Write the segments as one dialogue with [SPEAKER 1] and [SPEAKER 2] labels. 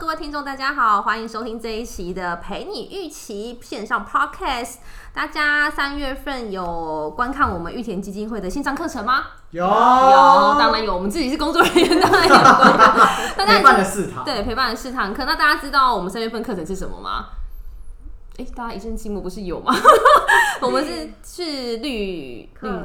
[SPEAKER 1] 各位听众，大家好，欢迎收听这一期的《陪你预期》线上 Podcast。大家三月份有观看我们玉田基金会的线上课程吗？
[SPEAKER 2] 有
[SPEAKER 1] 有，当然有。我们自己是工作人员，当然有观看。 大家
[SPEAKER 2] 陪伴了四堂，
[SPEAKER 1] 对陪伴了四堂课，那大家知道我们三月份课程是什么吗？哎，大家一阵静默，不是有吗？ 我们是是绿绿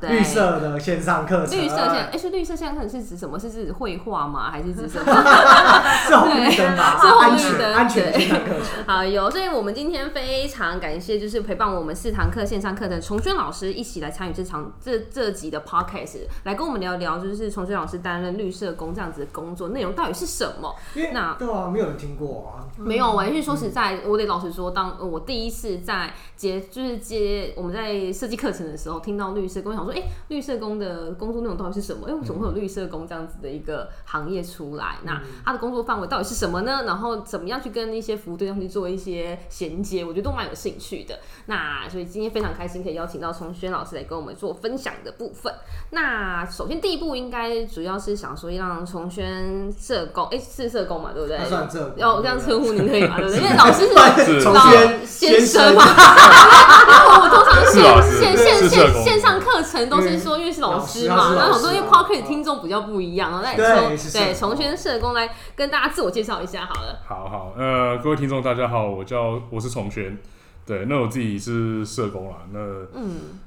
[SPEAKER 1] 对
[SPEAKER 2] 绿色的线上课程，
[SPEAKER 1] 绿色线，哎、是绿色线可能是指什么？是指绘画吗？还是指什么？
[SPEAKER 2] 啊是红绿灯吧？
[SPEAKER 1] 是红
[SPEAKER 2] 安
[SPEAKER 1] 绿
[SPEAKER 2] 全
[SPEAKER 1] 灯
[SPEAKER 2] 安全 的
[SPEAKER 1] 对
[SPEAKER 2] 线上课程，
[SPEAKER 1] 好有，所以我们今天非常感谢，就是陪伴我们四堂课线上课程崇轩老师一起来参与这场这这集的 podcast，来跟我们聊聊，就是崇轩老师担任绿社工这样子的工作内容到底是什么？
[SPEAKER 2] 因为
[SPEAKER 1] 那
[SPEAKER 2] 对啊，没有人听过啊，
[SPEAKER 1] 没有，我还是说实在，我得老实说，当呃我第一次在接就是接我们在设计课程的时候，听到绿社工，我想说，哎、绿社工的工作内容到底是什么？哎、为什么会有绿社工这样子的一个行业出来？那
[SPEAKER 2] 嗯
[SPEAKER 1] 他的工作范围到底是什么呢？然后怎么样去跟一些服务对象去做一些衔接？我觉得都蛮有兴趣的。那所以今天非常开心可以邀请到从轩老师来跟我们做分享的部分。那首先第一步应该主要是想说让从轩社工，哎、是社工嘛，对不对？
[SPEAKER 2] 他算这
[SPEAKER 1] 要哦我这样称呼您可以吗？对不对？因为老师是
[SPEAKER 3] 是
[SPEAKER 2] 从
[SPEAKER 1] 老
[SPEAKER 2] 先
[SPEAKER 1] 先
[SPEAKER 2] 生
[SPEAKER 1] 生嘛，因为我通常
[SPEAKER 3] 是老师
[SPEAKER 1] 线线线
[SPEAKER 3] 是社
[SPEAKER 1] 线
[SPEAKER 3] 工
[SPEAKER 1] 线上课程都是说，因为是老师嘛，
[SPEAKER 2] 嗯
[SPEAKER 1] 然后很多
[SPEAKER 2] 老师
[SPEAKER 1] 因为 p o c k e t 听众比较不一样，然后
[SPEAKER 2] 对
[SPEAKER 1] 那
[SPEAKER 2] 是
[SPEAKER 1] 从对
[SPEAKER 2] 社工
[SPEAKER 1] 从轩社工来跟大家自我介绍一下好了。
[SPEAKER 3] 好好，呃，各位听众大家好，我叫我是崇轩，对，那我自己是社工啦，那
[SPEAKER 1] 嗯，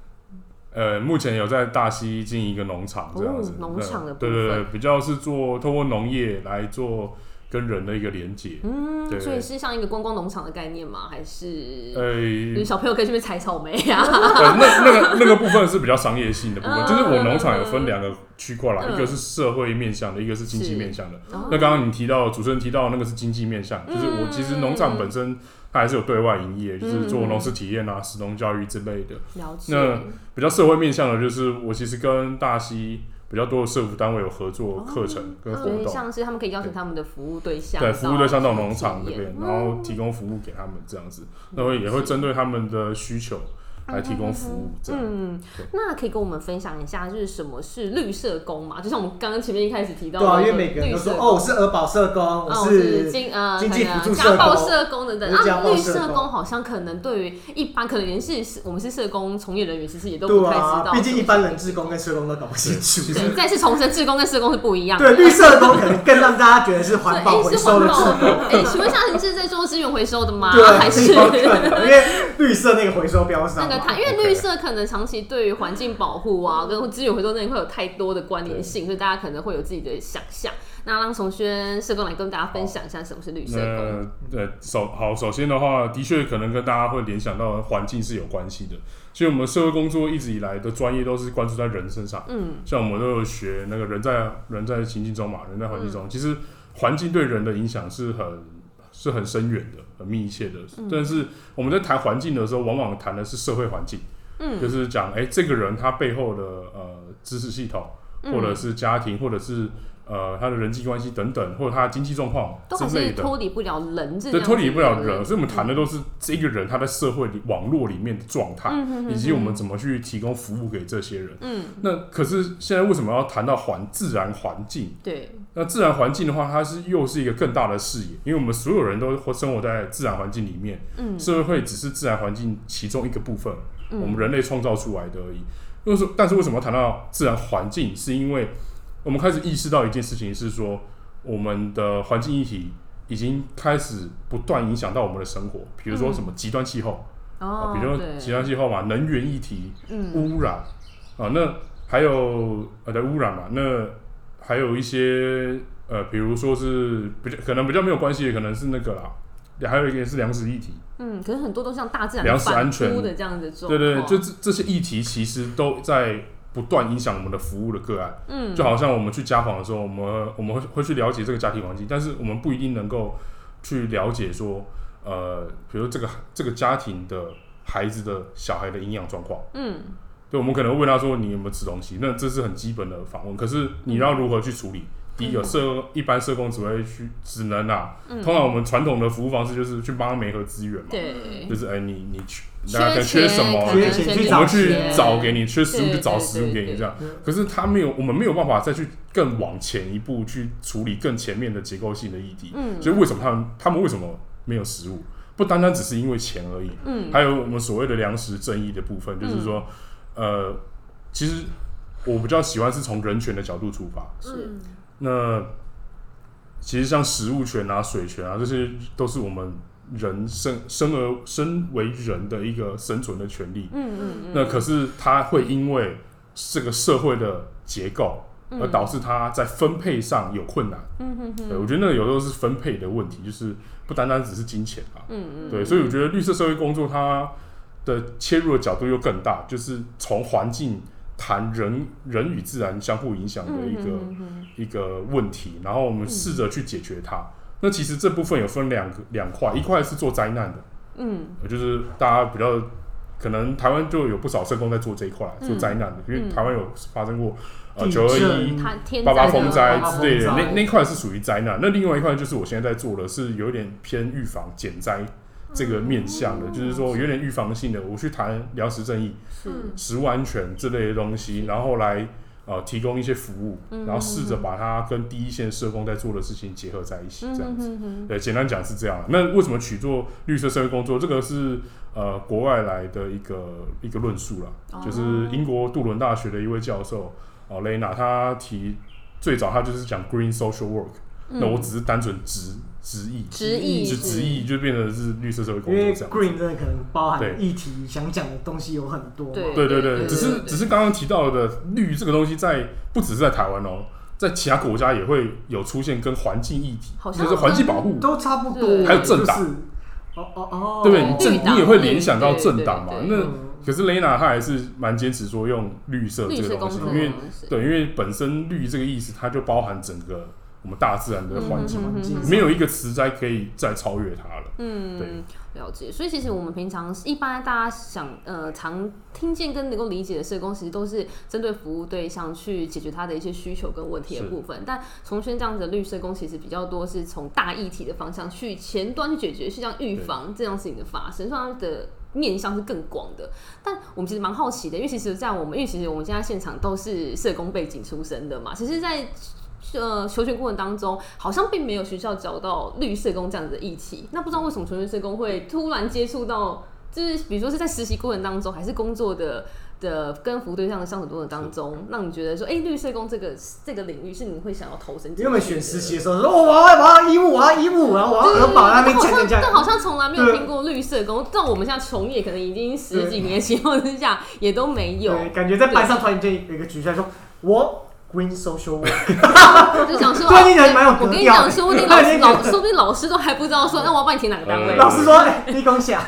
[SPEAKER 3] 呃，目前有在大溪经营一个农场这样子
[SPEAKER 1] 哦，农场的部
[SPEAKER 3] 对
[SPEAKER 1] 分
[SPEAKER 3] 对对，比较是做通过农业来做跟人的一个连接，对
[SPEAKER 1] 嗯，所以是像一个观光农场的概念吗？还是有
[SPEAKER 3] 呃。
[SPEAKER 1] 小朋友可以去那边采草莓啊？
[SPEAKER 3] 呃，那那个那个部分是比较商业性的部分，
[SPEAKER 1] 嗯
[SPEAKER 3] 就是我农场有分两个区块啦，
[SPEAKER 1] 嗯
[SPEAKER 3] 一个是社会面向的，一个是经济
[SPEAKER 1] 是
[SPEAKER 3] 面向的。
[SPEAKER 1] 哦
[SPEAKER 3] 那刚刚你提到主持人提到那个是经济面向，就是我其实农
[SPEAKER 1] 嗯
[SPEAKER 3] 场本身它还是有对外营业，就是做农事体验啊、实农教育之类的。
[SPEAKER 1] 了解，
[SPEAKER 3] 那比较社会面向的，就是我其实跟大溪比较多的社服单位有合作课程跟活
[SPEAKER 1] 所以
[SPEAKER 3] 动，
[SPEAKER 1] 哦像是他们可以邀请他们的服务对象，
[SPEAKER 3] 对服务对象到农场
[SPEAKER 1] 体
[SPEAKER 3] 这
[SPEAKER 1] 验
[SPEAKER 3] 边，然后提供服务给他们这样子，那会也会针对他们的需求来提供服务
[SPEAKER 2] 啊
[SPEAKER 3] 这样。
[SPEAKER 1] 嗯
[SPEAKER 3] 对，
[SPEAKER 1] 那可以跟我们分享一下，就是什么是绿社工嘛？就像我们刚刚前面一开始提到
[SPEAKER 2] 对
[SPEAKER 1] 的，
[SPEAKER 2] 啊，因为每个人
[SPEAKER 1] 绿
[SPEAKER 2] 都
[SPEAKER 1] 社
[SPEAKER 2] 说
[SPEAKER 1] 工
[SPEAKER 2] 哦，我是儿保社工，我
[SPEAKER 1] 哦，是
[SPEAKER 2] 是
[SPEAKER 1] 经呃，
[SPEAKER 2] 经济
[SPEAKER 1] 可能
[SPEAKER 2] 辅助
[SPEAKER 1] 家暴
[SPEAKER 2] 社工
[SPEAKER 1] 社工等等
[SPEAKER 2] 我是家
[SPEAKER 1] 啊，
[SPEAKER 2] 暴
[SPEAKER 1] 绿
[SPEAKER 2] 社
[SPEAKER 1] 社
[SPEAKER 2] 工
[SPEAKER 1] 工好像可能对于一般可能连是我们是社工从业人员，其实也都不
[SPEAKER 2] 对
[SPEAKER 1] 太知
[SPEAKER 2] 啊
[SPEAKER 1] 道，什么是。
[SPEAKER 2] 毕竟一般人志工跟社工都搞不清楚。
[SPEAKER 1] 对，再是重生志工跟社工是不一样的。
[SPEAKER 2] 对，绿社工可能更让大家觉得是环保
[SPEAKER 1] 对，是
[SPEAKER 2] 回收
[SPEAKER 1] 环
[SPEAKER 2] 的
[SPEAKER 1] 保
[SPEAKER 2] 志工。
[SPEAKER 1] 的。哎，请问一下，你是在做资源回收的吗？
[SPEAKER 2] 对，啊
[SPEAKER 1] 还是
[SPEAKER 2] 有可能，因为绿色那个回收标
[SPEAKER 1] 那
[SPEAKER 2] 上
[SPEAKER 1] 个
[SPEAKER 2] 嘛，
[SPEAKER 1] 它，因为绿色可能长期对于环境保护啊，跟资源回收那一块有太多的关联性，所以大家可能会有自己的想象。那让从轩社工来跟大家分享一下什么是绿色工。
[SPEAKER 3] 那呃，首好，首先的话，的确可能跟大家会联想到环境是有关系的。所以，我们社会工作一直以来的专业都是关注在人身上。
[SPEAKER 1] 嗯，
[SPEAKER 3] 像我们都有学那个人在人在情境中嘛，人在环境中，
[SPEAKER 1] 嗯
[SPEAKER 3] 其实环境对人的影响是很是很深远的、很密切的。
[SPEAKER 1] 嗯
[SPEAKER 3] 但是我们在谈环境的时候，往往谈的是社会环境，
[SPEAKER 1] 嗯，
[SPEAKER 3] 就是讲哎、诶这个人他背后的呃知识系统，
[SPEAKER 1] 嗯
[SPEAKER 3] 或者是家庭，或者是呃他的人际关系等等，或者他的经济状况
[SPEAKER 1] 都还
[SPEAKER 3] 之类
[SPEAKER 1] 是
[SPEAKER 3] 的。
[SPEAKER 1] 脱离不了人这
[SPEAKER 3] 对，
[SPEAKER 1] 样
[SPEAKER 3] 脱离
[SPEAKER 1] 子
[SPEAKER 3] 不了
[SPEAKER 1] 的嗯
[SPEAKER 3] 人，所以我们谈的都是这个人他在社会里网络里面的状态，以及我们怎么去提供服务给这些人。
[SPEAKER 1] 嗯，
[SPEAKER 3] 那可是现在为什么要谈到环自然环境？
[SPEAKER 1] 对，
[SPEAKER 3] 那自然环境的话，它是又是一个更大的视野，因为我们所有人都活生活在自然环境里面，
[SPEAKER 1] 嗯
[SPEAKER 3] 社会只是自然环境其中一个部分，
[SPEAKER 1] 嗯
[SPEAKER 3] 我们人类创造出来的而已。又是，但是为什么要谈到自然环境？是因为我们开始意识到一件事情，是说我们的环境议题已经开始不断影响到我们的生活，比如说什么极端气候，
[SPEAKER 1] 嗯哦
[SPEAKER 3] 啊，，比如说极端气候嘛，能源议题，
[SPEAKER 1] 嗯
[SPEAKER 3] 污染啊，那还有呃对污染嘛，那还有一些呃，比如说是比较可能比较没有关系的，可能是那个啦，还有一个是粮食议题，
[SPEAKER 1] 嗯，可是很多都像大自然
[SPEAKER 3] 粮食
[SPEAKER 1] 反
[SPEAKER 3] 安全
[SPEAKER 1] 扑的这样子做，
[SPEAKER 3] 对对对，就这这些议题其实都在不断影响我们的服务的个案，
[SPEAKER 1] 嗯
[SPEAKER 3] 就好像我们去家访的时候，我们我们会会去了解这个家庭环境，但是我们不一定能够去了解说，呃，比如这个这个家庭的孩子的小孩的营养状况。
[SPEAKER 1] 嗯
[SPEAKER 3] 对，我们可能会问他说你有没有吃东西，那这是很基本的访问。可是你要如何去处理？第一个社一般社工只会去，只能啊，
[SPEAKER 1] 嗯
[SPEAKER 3] 通常我们传统的服务方式就是去帮他媒合资源嘛，
[SPEAKER 1] 对
[SPEAKER 3] 就是哎、你你去大家可能缺什么，
[SPEAKER 1] 可
[SPEAKER 2] 缺
[SPEAKER 1] 能
[SPEAKER 2] 钱
[SPEAKER 1] 先
[SPEAKER 2] 去
[SPEAKER 3] 我
[SPEAKER 1] 找
[SPEAKER 3] 们去
[SPEAKER 1] 钱
[SPEAKER 3] 找给你，缺食物
[SPEAKER 1] 对
[SPEAKER 3] 就找
[SPEAKER 1] 对
[SPEAKER 3] 食物
[SPEAKER 1] 对
[SPEAKER 3] 给你
[SPEAKER 1] 对
[SPEAKER 3] 这样。可是他没有，我们没有办法再去更往前一步去处理更前面的结构性的议题。
[SPEAKER 1] 嗯
[SPEAKER 3] 所以为什么他们他们为什么没有食物？不单单只是因为钱而已，
[SPEAKER 1] 嗯，
[SPEAKER 3] 还有我们所谓的粮食正义的部分，就是说，
[SPEAKER 1] 嗯
[SPEAKER 3] 呃，其实我比较喜欢是从人权的角度出发。
[SPEAKER 1] 是
[SPEAKER 3] 那其实像食物权啊、水权啊，这些都是我们人生生而身为人的一个生存的权利。
[SPEAKER 1] 嗯嗯嗯，
[SPEAKER 3] 那可是它会因为这个社会的结构，而导致它在分配上有困难。
[SPEAKER 1] 嗯哼哼，
[SPEAKER 3] 对我觉得那个有时候是分配的问题，就是不单单只是金钱啊。
[SPEAKER 1] 嗯嗯，
[SPEAKER 3] 对，所以我觉得绿色社会工作它的切入的角度又更大，就是从环境谈人人与自然相互影响的一个、
[SPEAKER 1] 嗯嗯
[SPEAKER 3] 一个问题，然后我们试着去解决它。那其实这部分有分两个两块，一块是做灾难的，
[SPEAKER 1] 嗯
[SPEAKER 3] 呃就是大家比较可能台湾就有不少社工在做这一块
[SPEAKER 1] 嗯
[SPEAKER 3] 做灾难的，因为
[SPEAKER 1] 嗯
[SPEAKER 3] 台湾有发生过呃
[SPEAKER 2] 地
[SPEAKER 3] 九二
[SPEAKER 2] 震
[SPEAKER 3] 一
[SPEAKER 1] 嗯，它天
[SPEAKER 3] 八
[SPEAKER 1] 灾
[SPEAKER 3] 八
[SPEAKER 1] 的
[SPEAKER 3] 风灾
[SPEAKER 1] 话
[SPEAKER 3] 之类的，
[SPEAKER 2] 八八风
[SPEAKER 3] 那
[SPEAKER 2] 灾
[SPEAKER 3] 那一块是属于灾难。那另外一块就是我现在在做的是有点偏预防减灾这个面向的，就是
[SPEAKER 1] 哦
[SPEAKER 3] 说有点预防性的，我去谈粮食正义、
[SPEAKER 1] 是
[SPEAKER 3] 食物安全这类的东西，然后来呃提供一些服务，
[SPEAKER 1] 嗯
[SPEAKER 3] 然后试着把它跟第一线社工在做的事情结合在一起，这样子。
[SPEAKER 1] 嗯哼
[SPEAKER 3] 对，简单讲是这样。啊那为什么取做绿色社会工作？这个是呃国外来的一个一个论述啦，
[SPEAKER 1] 哦
[SPEAKER 3] 就是英国杜伦大学的一位教授哦雷娜，他提最早他就是讲 green social work，、
[SPEAKER 1] 哼
[SPEAKER 3] 那我
[SPEAKER 1] 嗯
[SPEAKER 3] 只是单纯直直译，
[SPEAKER 1] 直译
[SPEAKER 3] 就是直译就变成是绿色社会工
[SPEAKER 2] 因
[SPEAKER 3] 作这
[SPEAKER 2] 为 green
[SPEAKER 3] 样子。
[SPEAKER 2] 真的可能包
[SPEAKER 3] 对
[SPEAKER 2] 含议题想讲的东西有很多嘛，
[SPEAKER 1] 对
[SPEAKER 3] 对对对，
[SPEAKER 1] 对对
[SPEAKER 3] 只是
[SPEAKER 1] 对
[SPEAKER 3] 只是刚刚提到的绿这个东西在，不只是在台湾哦，在其他国家也会有出现跟环境议题，
[SPEAKER 1] 好像
[SPEAKER 3] 就是环境保护，
[SPEAKER 2] 都差不多
[SPEAKER 1] 对，
[SPEAKER 3] 还有政党
[SPEAKER 2] 就是，哦哦哦，
[SPEAKER 3] 对不对？你
[SPEAKER 1] 绿
[SPEAKER 3] 政
[SPEAKER 1] 党
[SPEAKER 3] 你也会联想到政党嘛？
[SPEAKER 1] 对对
[SPEAKER 3] 那
[SPEAKER 1] 对
[SPEAKER 2] 嗯
[SPEAKER 3] 可是雷娜她还是蛮坚持说用绿色
[SPEAKER 1] 绿
[SPEAKER 3] 这
[SPEAKER 1] 色
[SPEAKER 3] 个
[SPEAKER 1] 工
[SPEAKER 3] 东西，
[SPEAKER 1] 作
[SPEAKER 3] 因为对，因为本身绿这个意思，它就包含整个我们大自然的环境，
[SPEAKER 1] 嗯嗯嗯嗯嗯
[SPEAKER 3] 没有一个词在可以再超越它了。
[SPEAKER 1] 嗯
[SPEAKER 3] 对，
[SPEAKER 1] 了解。所以其实我们平常一般大家想呃常听见跟能够理解的社工，其实都是针对服务对象去解决他的一些需求跟问题的
[SPEAKER 3] 是
[SPEAKER 1] 部分。但从轩这样子的绿社工，其实比较多是从大议题的方向去前端去解决，去这样预防这样事情的发生，所以它的。面向是更广的，但我们其实蛮好奇的，因为其实，在我们，因为其实我们现在现场都是社工背景出身的嘛，其实，在呃求学过程当中，好像并没有学校教到绿社工这样子的议题。那不知道为什么纯粹社工会突然接触到，就是比如说是在实习过程当中，还是工作的的跟服务对象的相处过程当中，让你觉得说，哎、绿社工这个这个领域是你会想要投身进去的？
[SPEAKER 2] 因为我们选实习的时候说，哦，我要我要医务，我要医务，然后我要核保，那边讲讲
[SPEAKER 1] 但好
[SPEAKER 2] 讲，
[SPEAKER 1] 像从来没有听过绿社工，但我们现在从业可能已经十几年情况之下，也都没有，
[SPEAKER 2] 对，感觉在班上突然间有一个举出来说，我 green social work，
[SPEAKER 1] 我就想说， 哦
[SPEAKER 2] 对你人蛮有
[SPEAKER 1] 我跟
[SPEAKER 2] 格
[SPEAKER 1] 你
[SPEAKER 2] 调的
[SPEAKER 1] 讲，说不 定
[SPEAKER 2] 那
[SPEAKER 1] 老
[SPEAKER 2] 你也
[SPEAKER 1] 师
[SPEAKER 2] 觉得
[SPEAKER 1] 老，说不定老师都还不知道说，那我要帮你填哪个单位
[SPEAKER 3] 对？
[SPEAKER 2] 老师说，哎，立功 下，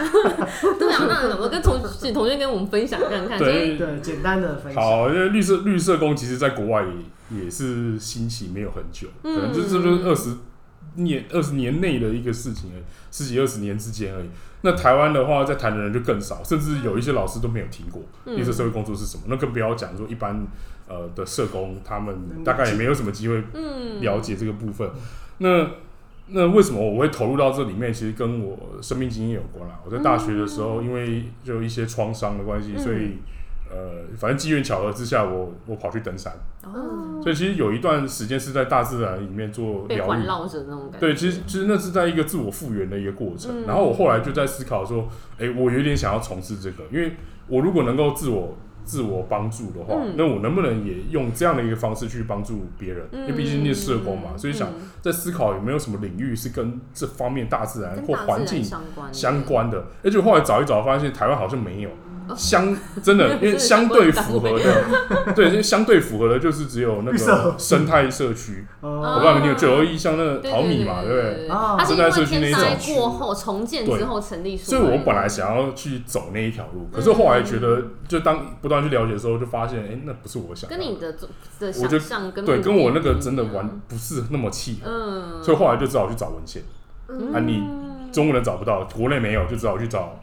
[SPEAKER 1] 对啊，那我跟同学同学跟我们分享看看，所以
[SPEAKER 3] 对，
[SPEAKER 2] 对，简单的分析，
[SPEAKER 3] 好，因为绿色绿色工其实在国外也也是兴起没有很久，
[SPEAKER 1] 嗯
[SPEAKER 3] 可能这这就是二十年二十年内的一个事情而已，十几二十年之间而已。那台湾的话，在谈的人就更少，甚至有一些老师都没有提过
[SPEAKER 1] 嗯
[SPEAKER 3] 绿色社会工作是什么，那更不要讲说一般呃的社工，他们
[SPEAKER 2] 嗯
[SPEAKER 3] 大概也没有什么机会
[SPEAKER 1] 嗯，
[SPEAKER 3] 了解这个部分。那那为什么我会投入到这里面？其实跟我生命经验有关啦。我在大学的时候，因为就一些创伤的关系，
[SPEAKER 1] 嗯
[SPEAKER 3] 所以呃，反正机缘巧合之下，我我跑去登山。
[SPEAKER 1] 哦，
[SPEAKER 3] 所以其实有一段时间是在大自然里面做
[SPEAKER 1] 被
[SPEAKER 3] 疗
[SPEAKER 1] 环
[SPEAKER 3] 愈。
[SPEAKER 1] 绕着那种感觉。
[SPEAKER 3] 对，其实其实那是在一个自我复原的一个过程。
[SPEAKER 1] 嗯
[SPEAKER 3] 然后我后来就在思考说，诶，我有点想要从事这个，因为我如果能够自我自我帮助的话，
[SPEAKER 1] 嗯
[SPEAKER 3] 那我能不能也用这样的一个方式去帮助别人？
[SPEAKER 1] 嗯，
[SPEAKER 3] 因为毕竟是社工嘛，
[SPEAKER 1] 嗯
[SPEAKER 3] 所以想
[SPEAKER 1] 嗯
[SPEAKER 3] 在思考有没有什么领域是跟这方面大自然
[SPEAKER 1] 跟
[SPEAKER 3] 或
[SPEAKER 1] 大自
[SPEAKER 3] 环
[SPEAKER 1] 然
[SPEAKER 3] 境
[SPEAKER 1] 相关的
[SPEAKER 3] 相，关的，而且后来找一找，发现台湾好像没有
[SPEAKER 1] 哦
[SPEAKER 3] 相真 的，因为
[SPEAKER 1] 真的
[SPEAKER 3] 相对符合
[SPEAKER 1] 相
[SPEAKER 3] 的， 对，因为相对符合的就是只有那
[SPEAKER 2] 绿色
[SPEAKER 3] 个生态社区，我不
[SPEAKER 2] 哦
[SPEAKER 3] 知道你们有九二一像那个
[SPEAKER 1] 对
[SPEAKER 3] 淘米嘛，对不对？
[SPEAKER 1] 哦对？
[SPEAKER 2] 啊
[SPEAKER 1] 它是因
[SPEAKER 3] 生态社
[SPEAKER 1] 为
[SPEAKER 3] 区那一
[SPEAKER 1] 天灾
[SPEAKER 2] 种
[SPEAKER 1] 过后重建之后成立出
[SPEAKER 3] 所以
[SPEAKER 1] 来的，
[SPEAKER 3] 我本来想要去走那一条路，可是
[SPEAKER 1] 嗯
[SPEAKER 3] 后来觉得，就当不断去了解的时候，就发现，哎，那不是我想要
[SPEAKER 1] 跟
[SPEAKER 3] 的，
[SPEAKER 1] 你的的
[SPEAKER 3] 我就
[SPEAKER 1] 想象跟
[SPEAKER 3] 对，
[SPEAKER 1] 目的
[SPEAKER 3] 跟我那个
[SPEAKER 1] 不一
[SPEAKER 3] 真的
[SPEAKER 1] 样
[SPEAKER 3] 玩，不是那么契合，
[SPEAKER 1] 嗯，
[SPEAKER 3] 所以后来就只好去找文献。
[SPEAKER 1] 嗯
[SPEAKER 3] 啊你中文的找不到，国内没有，就只好去找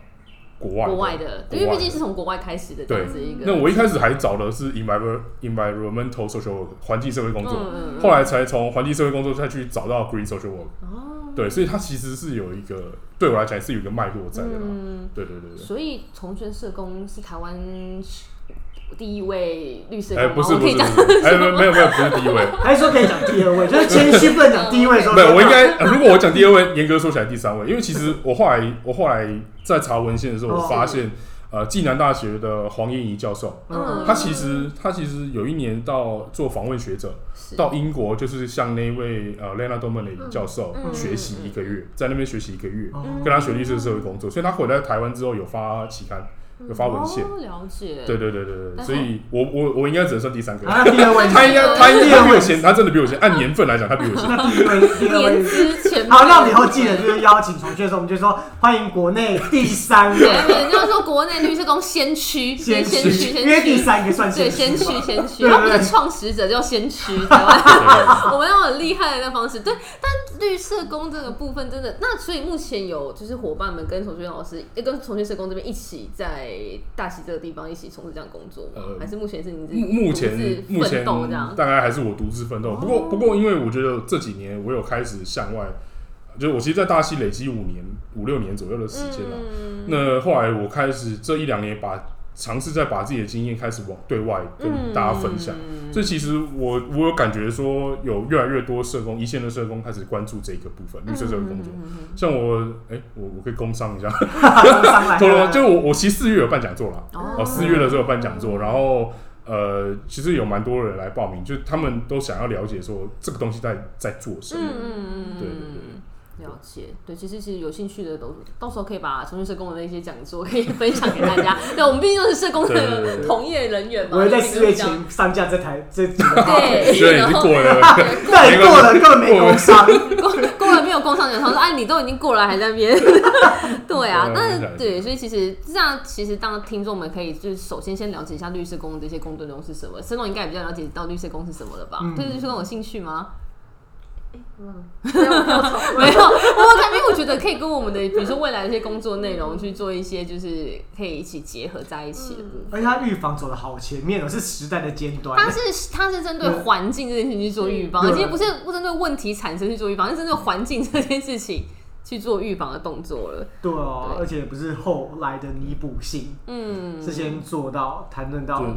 [SPEAKER 3] 国外
[SPEAKER 1] 国外的，因为毕竟是从国外开始的这样子一个。
[SPEAKER 3] 那我一开始还找的是 envir- environmental social work 环境社会工作，
[SPEAKER 1] 嗯嗯
[SPEAKER 3] 后来才从环境社会工作再去找到 green social work。
[SPEAKER 1] 哦，
[SPEAKER 3] 对，所以它其实是有一个对我来讲是有一个脉络在的啦。
[SPEAKER 1] 嗯，
[SPEAKER 3] 对对对对。
[SPEAKER 1] 所以从军社工是台湾第一位绿色
[SPEAKER 3] 哎、
[SPEAKER 1] 工吗，
[SPEAKER 3] 不是
[SPEAKER 1] 我
[SPEAKER 3] 不
[SPEAKER 1] 可
[SPEAKER 3] 是
[SPEAKER 1] 以
[SPEAKER 3] 不
[SPEAKER 1] 讲
[SPEAKER 3] 是，哎、没有没有不是第一位，
[SPEAKER 2] 还是说可以讲第二位，就是谦虚不能讲第一位的时候。
[SPEAKER 3] 没有我应该、呃如果我讲第二位，严格说起来第三位，因为其实我后来我后来在查文献的时候，我
[SPEAKER 2] 哦
[SPEAKER 3] 发现、呃，暨南大学的黄燕仪教授，
[SPEAKER 1] 嗯
[SPEAKER 3] 他其实他其实有一年到做访问学者，
[SPEAKER 1] 是
[SPEAKER 3] 到英国就是向那位呃 Lena Dominic 教授
[SPEAKER 1] 嗯
[SPEAKER 3] 学习一个月，在那边学习一个月，
[SPEAKER 2] 哦
[SPEAKER 3] 跟他学历是社会工作，所以他回来台湾之后有发期刊，有发文献。
[SPEAKER 1] 哦，了解。
[SPEAKER 3] 对对对对对，
[SPEAKER 1] 但是
[SPEAKER 3] 所以我我我应该只能算第三
[SPEAKER 1] 嗯
[SPEAKER 3] 个。
[SPEAKER 2] 啊，第二位，
[SPEAKER 3] 他应该他应
[SPEAKER 2] 第
[SPEAKER 3] 该
[SPEAKER 2] 二
[SPEAKER 3] 比我
[SPEAKER 2] 位，
[SPEAKER 3] 先，他真的比我先。按年份来讲，他比 我先。
[SPEAKER 2] 那第一位，第二
[SPEAKER 1] 年
[SPEAKER 2] 位。
[SPEAKER 1] 资前面
[SPEAKER 2] 好，那我们以后记得就是邀请重去的时候，我们就说欢迎国内第三
[SPEAKER 1] 对，
[SPEAKER 2] 个
[SPEAKER 1] 人家说国内绿色工先驱，先
[SPEAKER 2] 驱
[SPEAKER 1] 驱，先
[SPEAKER 2] 因为第
[SPEAKER 1] 驱。
[SPEAKER 2] 三个算
[SPEAKER 1] 对，先
[SPEAKER 2] 先
[SPEAKER 1] 驱
[SPEAKER 2] 驱嘛。
[SPEAKER 1] 先驱，
[SPEAKER 2] 对
[SPEAKER 1] 他不
[SPEAKER 2] 对
[SPEAKER 1] 是创始者，叫先驱，台湾 我们要很厉害的那方式。对，但绿社工这个部分真的，那所以目前有就是伙伴们跟重学老师，呃跟重学社工这边一起在大溪这个地方一起从事这样工作吗？
[SPEAKER 3] 呃
[SPEAKER 1] 还是目前是你自己
[SPEAKER 3] 目目
[SPEAKER 1] 独
[SPEAKER 3] 前
[SPEAKER 1] 自
[SPEAKER 3] 目
[SPEAKER 1] 奋
[SPEAKER 3] 前
[SPEAKER 1] 斗这样？哦
[SPEAKER 3] 大概还是我独自奋斗。不过不过，因为我觉得这几年我有开始向外，就是我其实，在大溪累积五年五六年左右的时间了。
[SPEAKER 1] 嗯
[SPEAKER 3] 那后来我开始这一两年把尝试再把自己的经验开始往对外跟大家分享。
[SPEAKER 1] 嗯
[SPEAKER 3] 所以其实我我有感觉说，有越来越多社工一线的社工开始关注这个部分，绿色社会工作。
[SPEAKER 1] 嗯嗯嗯嗯嗯
[SPEAKER 3] 像我哎、我我可以工商一下，
[SPEAKER 2] 上 来
[SPEAKER 3] 透露啊就我我其实四月有办讲座啦，
[SPEAKER 1] 哦
[SPEAKER 3] 哦，四月的时候有办讲座，然后呃，其实有蛮多人来报名，就他们都想要了解说这个东西在在做什么。
[SPEAKER 1] 嗯嗯嗯，
[SPEAKER 3] 对对
[SPEAKER 1] 嗯了解，对，其实其实有兴趣的都到时候可以把重庆社工的那些讲座可以分享给大 家。对，我们毕竟都是社工
[SPEAKER 3] 对对对
[SPEAKER 1] 的
[SPEAKER 3] 对
[SPEAKER 1] 同业人员嘛，
[SPEAKER 2] 我会在
[SPEAKER 1] 毕竟
[SPEAKER 2] 四月
[SPEAKER 1] 这样
[SPEAKER 2] 前上架这台这几个，
[SPEAKER 1] 对，
[SPEAKER 3] 对，已
[SPEAKER 1] 然
[SPEAKER 3] 经
[SPEAKER 1] 后
[SPEAKER 3] 过了，
[SPEAKER 2] 那也过了，根本没工商。
[SPEAKER 1] 过过了没有工上讲，他说：“哎，你都已经过了，还在那边。”对啊，
[SPEAKER 3] 对
[SPEAKER 1] 但是对，所以其实这样，其实当听众们可以就是首先先了解一下律师工的这些工作内容是什么。森龙应该也比较了解到律师工是什么了吧？
[SPEAKER 2] 嗯
[SPEAKER 1] 对律师工有兴趣吗？
[SPEAKER 4] 没有没有错
[SPEAKER 1] 没有，我看，因为我觉得可以跟我们的，比如说未来的一些工作内容去做一些，就是可以一起结合在一起的部分。
[SPEAKER 2] 而且他预防走的好前面哦，是时代的尖端。
[SPEAKER 1] 它是它是针对环境这件事情去做预防，
[SPEAKER 2] 嗯对
[SPEAKER 1] 而且不是不针对问题产生去做预防，是针对环境这件事情去做预防的动作了。
[SPEAKER 2] 对哦，
[SPEAKER 1] 对
[SPEAKER 2] 而且不是后来的弥补性，
[SPEAKER 1] 嗯，
[SPEAKER 2] 是先做到谈论到
[SPEAKER 3] 对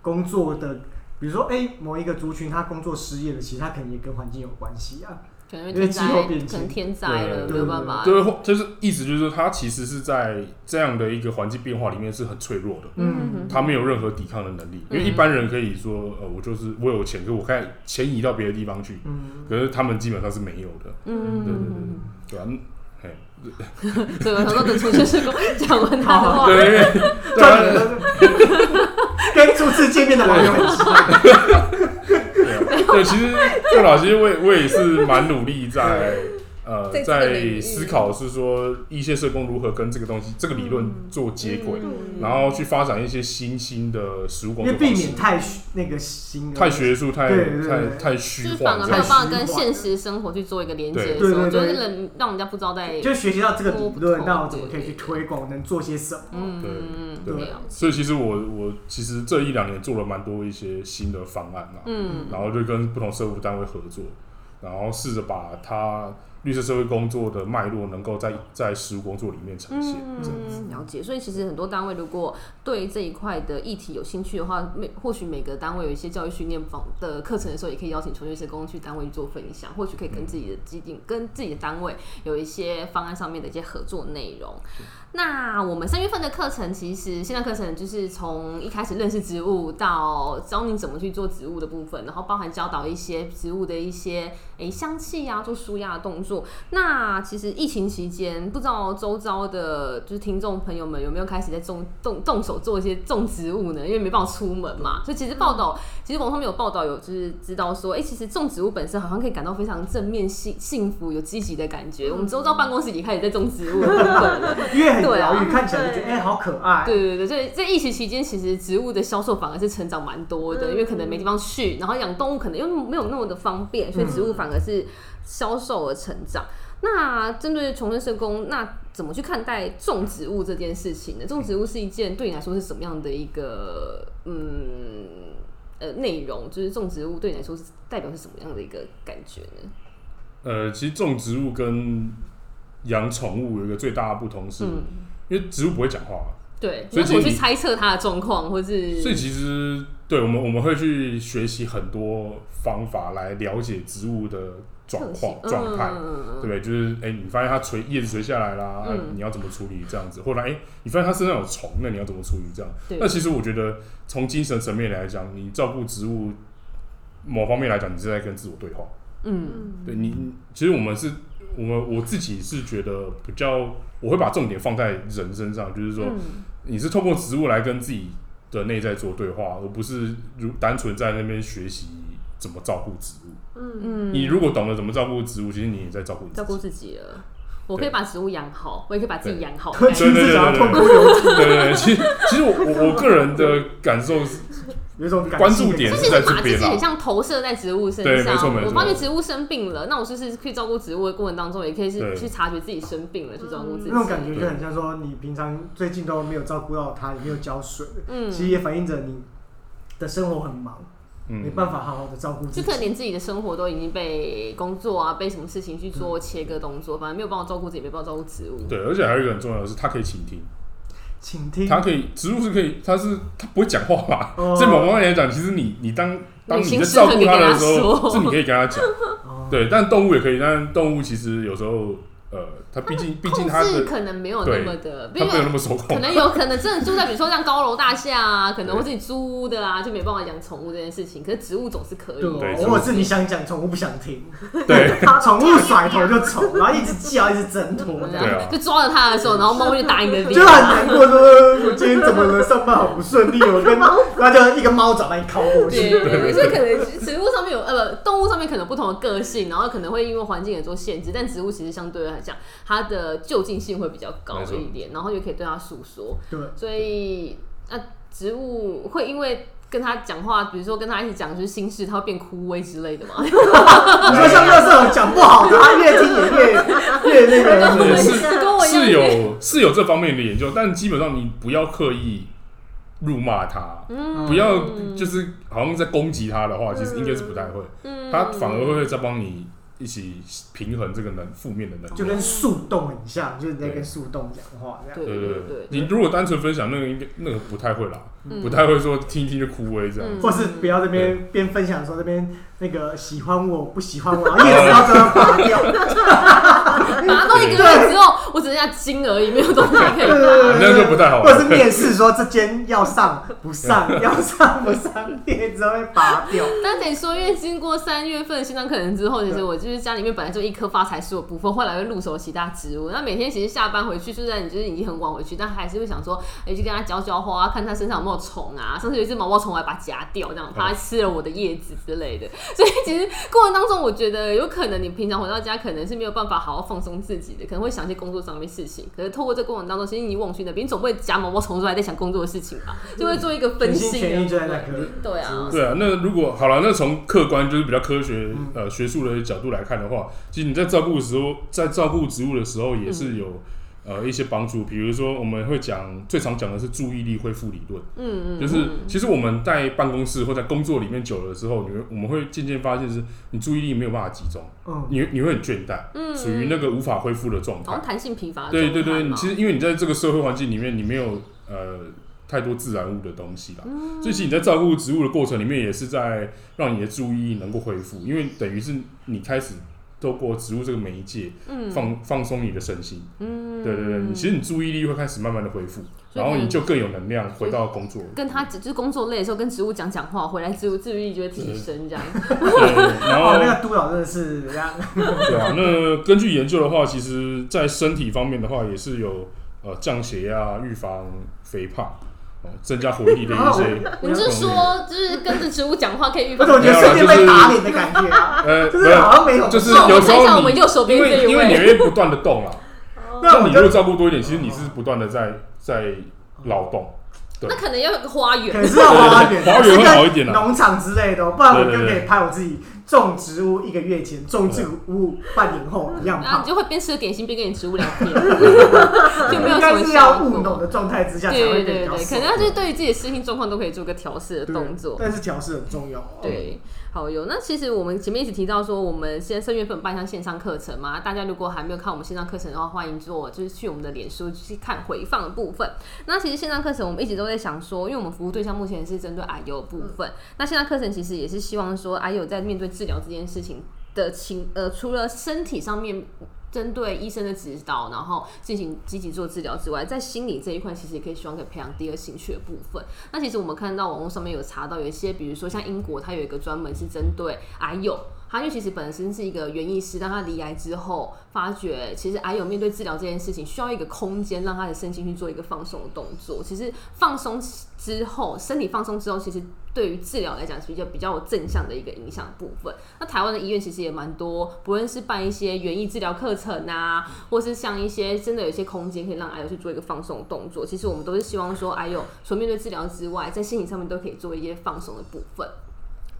[SPEAKER 2] 工作的，比如说哎、某一个族群他工作失业了，其实他可能也跟环境有关系啊。
[SPEAKER 1] 可能
[SPEAKER 2] 因为
[SPEAKER 1] 天
[SPEAKER 2] 气
[SPEAKER 1] 灾，
[SPEAKER 2] 候变
[SPEAKER 1] 可能
[SPEAKER 2] 迁啊
[SPEAKER 1] 天灾了，
[SPEAKER 3] 对
[SPEAKER 1] 没有办法。
[SPEAKER 3] 对，或 就是意思就是说，它其实是在这样的一个环境变化里面是很脆弱的，
[SPEAKER 1] 嗯，
[SPEAKER 3] 它没有任何抵抗的能力。因为
[SPEAKER 1] 嗯
[SPEAKER 3] 一般人可以说，呃，我就是我有钱，可我可以迁移到别的地方去，
[SPEAKER 2] 嗯，
[SPEAKER 3] 可是他们基本上是没有的。
[SPEAKER 1] 嗯，
[SPEAKER 3] 对对对
[SPEAKER 1] 嗯，
[SPEAKER 3] 对啊，嗯嘿
[SPEAKER 1] 所以我想说等楚先生跟我讲完他的 话，
[SPEAKER 3] 对，因为对啊
[SPEAKER 2] 赚钱跟初次见面的网友很像
[SPEAKER 3] 对对，其实对老师，我也我也是蛮努力在呃
[SPEAKER 1] 在这个领域
[SPEAKER 3] 在思考，是说一线社工如何跟这个东西、这个理论做接轨，
[SPEAKER 1] 嗯
[SPEAKER 3] 然后去发展一些新兴的实务
[SPEAKER 2] 因
[SPEAKER 3] 工
[SPEAKER 2] 为
[SPEAKER 3] 作
[SPEAKER 2] 避
[SPEAKER 3] 方
[SPEAKER 2] 免
[SPEAKER 3] 式，
[SPEAKER 2] 太虚那个新的
[SPEAKER 3] 啊太学术、太
[SPEAKER 2] 对对对
[SPEAKER 3] 太
[SPEAKER 2] 对
[SPEAKER 3] 太
[SPEAKER 1] 就
[SPEAKER 3] 虚
[SPEAKER 1] 是
[SPEAKER 3] 幻
[SPEAKER 1] 反而没
[SPEAKER 3] 这
[SPEAKER 1] 有
[SPEAKER 3] 样。
[SPEAKER 1] 办法跟现实生活去做一个连接的时候，
[SPEAKER 2] 对对对
[SPEAKER 1] 就是
[SPEAKER 2] 对
[SPEAKER 1] 人让人家不知道在
[SPEAKER 2] 就学习到这个理
[SPEAKER 1] 哦
[SPEAKER 2] 论，那我怎么可以去推广，能做些什么？
[SPEAKER 1] 嗯
[SPEAKER 3] 对
[SPEAKER 1] 嗯
[SPEAKER 3] 对
[SPEAKER 1] 没有
[SPEAKER 3] 所以其实我我其实这一两年做了蛮多一些新的方案啦，
[SPEAKER 1] 嗯
[SPEAKER 3] 然后就跟不同社服单位合作，然后试着把它绿色社会工作的脉络能够在在实务工作里面呈现，这样
[SPEAKER 1] 嗯，了解。所以其实很多单位如果对这一块的议题有兴趣的话，每或许每个单位有一些教育训练坊的课程的时候，也可以邀请从业社工去单位去做分享，或许可以跟自己的
[SPEAKER 3] 嗯
[SPEAKER 1] 基地、跟自己的单位有一些方案上面的一些合作内容。那我们三月份的课程，其实线上课程就是从一开始认识植物到教你怎么去做植物的部分，然后包含教导一些植物的一些诶香气啊，做舒压的动作。那其实疫情期间，不知道周遭的就是听众朋友们有没有开始在种动动手做一些种植物呢？因为没办法出门嘛，所以其实报道，其实网上面有报道有就是知道说，哎、其实种植物本身好像可以感到非常正面、幸幸福、有积极的感觉。我们周遭办公室里开始在种植物的部分了。
[SPEAKER 2] 因为很疗
[SPEAKER 1] 对啊
[SPEAKER 2] 愈，看起来就觉得
[SPEAKER 4] 对
[SPEAKER 2] 哎、好可爱。
[SPEAKER 1] 对对对，所以在疫情期间，其实植物的销售反而是成长蛮多的，
[SPEAKER 4] 嗯
[SPEAKER 1] 因为可能没地方去，然后养动物可能又没有那么的方便，所以植物反而是销售而成长。那针对重生社工，那怎么去看待种植物这件事情呢？种植物是一件对你来说是什么样的一个嗯呃内容？就是种植物对你来说是代表是什么样的一个感觉呢？
[SPEAKER 3] 呃，其实种植物跟养宠物有一个最大的不同是，
[SPEAKER 1] 嗯，
[SPEAKER 3] 因为植物不会讲话嘛，
[SPEAKER 1] 对，
[SPEAKER 3] 所以
[SPEAKER 1] 那我
[SPEAKER 3] 其实
[SPEAKER 1] 去
[SPEAKER 3] 你
[SPEAKER 1] 猜测它的状况，或是
[SPEAKER 3] 所以其实对我们我们会去学习很多方法来了解植物的状
[SPEAKER 1] 特性
[SPEAKER 3] 况状态。
[SPEAKER 1] 嗯嗯嗯
[SPEAKER 3] 对不对？就是哎、你发现它垂叶子垂下来啦，
[SPEAKER 1] 嗯
[SPEAKER 3] 啊你要怎么处理这样子？或者哎、你发现它身上有虫，那你要怎么处理这样？
[SPEAKER 1] 对
[SPEAKER 3] 那其实我觉得从精神层面来讲，你照顾植物某方面来讲，你是在跟自我对话。
[SPEAKER 1] 嗯
[SPEAKER 4] 嗯，
[SPEAKER 3] 对你，你其实我们是，我们我自己是觉得比较，我会把重点放在人身上，就是说，
[SPEAKER 1] 嗯
[SPEAKER 3] 你是透过植物来跟自己的内在做对话，而不是如单纯在那边学习怎么照顾植物。
[SPEAKER 4] 嗯，
[SPEAKER 1] 嗯，
[SPEAKER 3] 你如果懂得怎么照顾植物，其实你也在照顾你自
[SPEAKER 1] 照顾
[SPEAKER 3] 己。
[SPEAKER 1] 自己了，我可以把植物养好，我也可以把自己
[SPEAKER 3] 对
[SPEAKER 1] 养好。
[SPEAKER 2] 对，亲自想要痛哭流涕，
[SPEAKER 3] 对对对，其实其实我我我个人的感受 是，
[SPEAKER 2] 有一种感
[SPEAKER 3] 关
[SPEAKER 2] 性
[SPEAKER 3] 注
[SPEAKER 2] 的
[SPEAKER 3] 点
[SPEAKER 1] 这
[SPEAKER 2] 感
[SPEAKER 1] 其
[SPEAKER 2] 觉
[SPEAKER 3] 是
[SPEAKER 1] 实
[SPEAKER 3] 在
[SPEAKER 1] 把
[SPEAKER 3] 这
[SPEAKER 1] 自
[SPEAKER 3] 边
[SPEAKER 1] 己
[SPEAKER 3] 啦
[SPEAKER 1] 很像投射在植物身
[SPEAKER 3] 对
[SPEAKER 1] 上。
[SPEAKER 3] 没错没错
[SPEAKER 1] 我发觉植物生病了，那我是不是去照顾植物的过程当中，也可以是
[SPEAKER 3] 对
[SPEAKER 1] 去察觉自己生病了，去照顾自己？
[SPEAKER 2] 嗯那种感觉就很像说你平常最近都没有照顾到它，也没有浇水，
[SPEAKER 1] 嗯，
[SPEAKER 2] 其实也反映着你的生活很忙，没
[SPEAKER 3] 嗯，
[SPEAKER 2] 办法好好的照顾自
[SPEAKER 1] 就可能
[SPEAKER 2] 己。
[SPEAKER 1] 连自己的生活都已经被工作啊，被什么事情去
[SPEAKER 2] 嗯
[SPEAKER 1] 做切割动作，反正没有办法照顾自己，没办法照顾植物。
[SPEAKER 3] 对，而且还有一个很重要的是，它可以倾听，
[SPEAKER 2] 请听，
[SPEAKER 3] 它可以植物是可以，它是它不会讲话嘛，
[SPEAKER 2] 哦
[SPEAKER 3] 这某方面来讲，其实你你当当
[SPEAKER 1] 你
[SPEAKER 3] 你
[SPEAKER 1] 心
[SPEAKER 3] 在
[SPEAKER 1] 事
[SPEAKER 3] 照
[SPEAKER 1] 可以
[SPEAKER 3] 顾
[SPEAKER 1] 跟
[SPEAKER 3] 它
[SPEAKER 1] 它
[SPEAKER 3] 的时候，
[SPEAKER 1] 说
[SPEAKER 3] 是你可以跟它讲，
[SPEAKER 2] 哦
[SPEAKER 3] 对。但动物也可以，但动物其实有时候，呃，它毕竟毕竟它
[SPEAKER 1] 控制
[SPEAKER 3] 的
[SPEAKER 1] 可能没有那么的，
[SPEAKER 3] 它
[SPEAKER 1] 因
[SPEAKER 3] 没有那
[SPEAKER 1] 为
[SPEAKER 3] 么手控
[SPEAKER 1] 可，能有可能真的住在比如说像高楼大厦啊，可能
[SPEAKER 3] 对
[SPEAKER 1] 或是你租屋的啊，就没办法养宠物这件事情。可是植物总是可以的。
[SPEAKER 2] 对
[SPEAKER 3] 对
[SPEAKER 2] 哦，偶尔是你想讲，宠物不想听，
[SPEAKER 3] 对，
[SPEAKER 2] 它宠物甩头就走，然后一直叫，一直挣脱，这样
[SPEAKER 3] 对啊
[SPEAKER 1] 就抓着它的时候，然后猫就打你的脸，
[SPEAKER 2] 就很难过。说呃我今天怎么了？上班好不顺利，我跟那就一个猫爪把你敲过
[SPEAKER 1] 对，
[SPEAKER 2] 去。
[SPEAKER 1] 对对所以可能植物上面有呃不，动物上面可能有不同的个性，然后可能会因为环境也做限制，但植物其实相对来讲，它的就近性会比较高
[SPEAKER 3] 没错
[SPEAKER 1] 一点，然后也可以对它诉说，
[SPEAKER 2] 对，
[SPEAKER 1] 所以那、植物会因为。跟它讲话，比如说跟它一起讲就是心事，它会变枯萎之类的嘛。
[SPEAKER 2] 你说像乐色讲不好的，它越 听也越越那
[SPEAKER 3] 对
[SPEAKER 2] 个。
[SPEAKER 3] 是
[SPEAKER 1] 跟我一样
[SPEAKER 3] 是 有是有这方面的研究，但基本上你不要刻意辱骂它，
[SPEAKER 1] 嗯
[SPEAKER 3] 不要就是好像在攻击它的话，其实应该是不太会，
[SPEAKER 1] 嗯
[SPEAKER 3] 它反而会在帮你一起平衡这个能负面的能
[SPEAKER 2] 就
[SPEAKER 3] 量。
[SPEAKER 2] 跟树洞很像，就是你在跟树洞讲话这样。
[SPEAKER 1] 对
[SPEAKER 3] 对
[SPEAKER 1] 对
[SPEAKER 3] 对
[SPEAKER 1] 对
[SPEAKER 3] 对，，你如果单纯分享那个应该那个不太会啦，
[SPEAKER 1] 嗯
[SPEAKER 3] 不太会说听一听就枯萎这样。
[SPEAKER 1] 嗯
[SPEAKER 2] 或是不要这边边分享说这边那个喜欢我不喜 欢我，然后叶子要这样拔掉，
[SPEAKER 1] 拿到一个月之后，我只剩下筋而已，没有东西可以
[SPEAKER 2] 对对对对对
[SPEAKER 3] 那就不太好
[SPEAKER 2] 或者是面试说这间要上不 上，要上不上，叶子会拔掉。
[SPEAKER 1] 但得说，因为经过三月份心脏可能之后，其实我就是家里面本来就一棵发财树的部分，后来会入手其他植物。那每天其实下班回去，虽然你就是已经很晚回去，但还是会想说，哎、去跟它浇浇花，看它身上有没有虫啊。上次有一只毛毛虫，我还把它夹掉，这样怕它吃了我的叶子之类的。 所以其实过程当中，我觉得有可能你平常回到家，可能是没有办法好好放松自己的，可能会想一些工作上面事情。可是透过这过程当中，其实你忘去那边，你总不会夹毛毛虫出来在想工作的事情吧？就会做一个分
[SPEAKER 2] 全
[SPEAKER 1] 析
[SPEAKER 2] 心，全意就在那
[SPEAKER 1] 对不
[SPEAKER 2] 颗
[SPEAKER 1] 对对啊，
[SPEAKER 3] 对啊，那如果好了，那从客观就是比较科学、
[SPEAKER 1] 嗯
[SPEAKER 3] 呃学术的角度来看的话，其实你在照顾的时候，在照顾植物的时候也是有、
[SPEAKER 1] 嗯
[SPEAKER 3] 呃一些帮助。比如说我们会讲最常讲的是注意力恢复理论，
[SPEAKER 1] 嗯嗯，
[SPEAKER 3] 就是其实我们在办公室或在工作里面久了之后，你会我们会渐渐发现是你注意力没有办法集中，
[SPEAKER 2] 嗯，
[SPEAKER 3] 你你会很倦怠，
[SPEAKER 1] 嗯哦
[SPEAKER 3] 属于那个无法恢复的状
[SPEAKER 1] 好
[SPEAKER 3] 态
[SPEAKER 1] 像。弹性疲乏的
[SPEAKER 3] 对对
[SPEAKER 1] 状态
[SPEAKER 3] 对，你
[SPEAKER 1] 啊嘛
[SPEAKER 3] 其实因为你在这个社会环境里面，你没有呃太多自然物的东西啦，
[SPEAKER 1] 嗯
[SPEAKER 3] 所以其实你在照顾植物的过程里面，也是在让你的注意力能够恢复，因为等于是你开始透过植物这个媒介
[SPEAKER 1] 嗯
[SPEAKER 3] 放、放松你的身心，
[SPEAKER 1] 嗯，
[SPEAKER 3] 对对对，你其实你注意力会开始慢慢的恢复，
[SPEAKER 1] 所以
[SPEAKER 3] 然后
[SPEAKER 1] 可以
[SPEAKER 3] 你就更有能量回到工作。
[SPEAKER 1] 跟他只就是工作累的时候跟植物讲讲话，回来植物自愈力就会提升，这 样。
[SPEAKER 3] 对，然后
[SPEAKER 2] 哦，那个督导真的是人家
[SPEAKER 3] 对啊，那根据研究的话，其实在身体方面的话，也是有呃降血压、预防肥胖、哦增加活 力的一些。
[SPEAKER 1] 哦你是说就是跟着植物讲话可以预
[SPEAKER 2] 不
[SPEAKER 1] 防
[SPEAKER 2] 是，？我觉得瞬间被打脸的感觉啊，
[SPEAKER 3] 呃，
[SPEAKER 2] 就
[SPEAKER 3] 没
[SPEAKER 2] 是
[SPEAKER 3] 有
[SPEAKER 2] 好像没有，
[SPEAKER 3] 就是
[SPEAKER 1] 哦
[SPEAKER 3] 有时
[SPEAKER 1] 我看一下我
[SPEAKER 3] 候
[SPEAKER 1] 们
[SPEAKER 3] 你
[SPEAKER 1] 右手边
[SPEAKER 3] 因
[SPEAKER 1] 这
[SPEAKER 3] 为
[SPEAKER 1] 一
[SPEAKER 3] 因为你
[SPEAKER 1] 位，
[SPEAKER 3] 会不断的动了，
[SPEAKER 2] 那
[SPEAKER 3] 那
[SPEAKER 2] 我
[SPEAKER 3] 你如
[SPEAKER 2] 就
[SPEAKER 3] 果照顾多一点，其实你是不断的在在劳动，
[SPEAKER 1] 那可能要有个花
[SPEAKER 2] 可
[SPEAKER 1] 园。
[SPEAKER 2] 能是要花园，
[SPEAKER 3] 花园会好一点
[SPEAKER 2] 是跟
[SPEAKER 3] 啊
[SPEAKER 2] 农场之类的哦，不然我
[SPEAKER 3] 对
[SPEAKER 2] 就
[SPEAKER 3] 对
[SPEAKER 2] 可
[SPEAKER 3] 对
[SPEAKER 2] 以拍我自己种植物一个月前，种植物半年后一样
[SPEAKER 1] 然后
[SPEAKER 2] 胖
[SPEAKER 1] 你，就会边吃点心边跟你植物聊 天，就没有什
[SPEAKER 2] 应该
[SPEAKER 1] 么
[SPEAKER 2] 是要
[SPEAKER 1] 效
[SPEAKER 2] 务
[SPEAKER 1] 果。
[SPEAKER 2] 农的状态之下才
[SPEAKER 1] 对对
[SPEAKER 2] 会变
[SPEAKER 1] 对
[SPEAKER 2] 比较
[SPEAKER 1] 对，
[SPEAKER 2] 瘦
[SPEAKER 1] 可能他就是对于自己的身心状况都可以做个调试的
[SPEAKER 2] 对
[SPEAKER 1] 动作。
[SPEAKER 2] 但是调试很重要哦。
[SPEAKER 1] 对，好有。那其实我们前面一直提到说，我们现在三月份有办一项线上课程嘛，大家如果还没有看我们线上课程的话，欢迎做就是去我们的脸书去看回放的部分。那其实线上课程我们一直都在想说，因为我们服务对象目前是针对 I U 部分，那线上课程其实也是希望说 I U 在面对治疗这件事情的情呃，除了身体上面。针对医生的指导，然后进行积极做治疗之外，在心理这一块，其实也可以希望可以培养第二兴趣的部分。那其实我们看到网络上面有查到有一些，比如说像英国，它有一个专门是针对癌友。他因为其实本身是一个园艺师，但他离癌之后，发觉其实癌友面对治疗这件事情，需要一个空间让他的身心去做一个放松的动作。其实放松之后，身体放松之后，其实对于治疗来讲是比较比较有正向的一个影响的部分。那台湾的医院其实也蛮多，不论是办一些园艺治疗课程啊，或是像一些真的有一些空间可以让癌友去做一个放松的动作。其实我们都是希望说，癌友除了面对治疗之外，在心理上面都可以做一些放松的部分。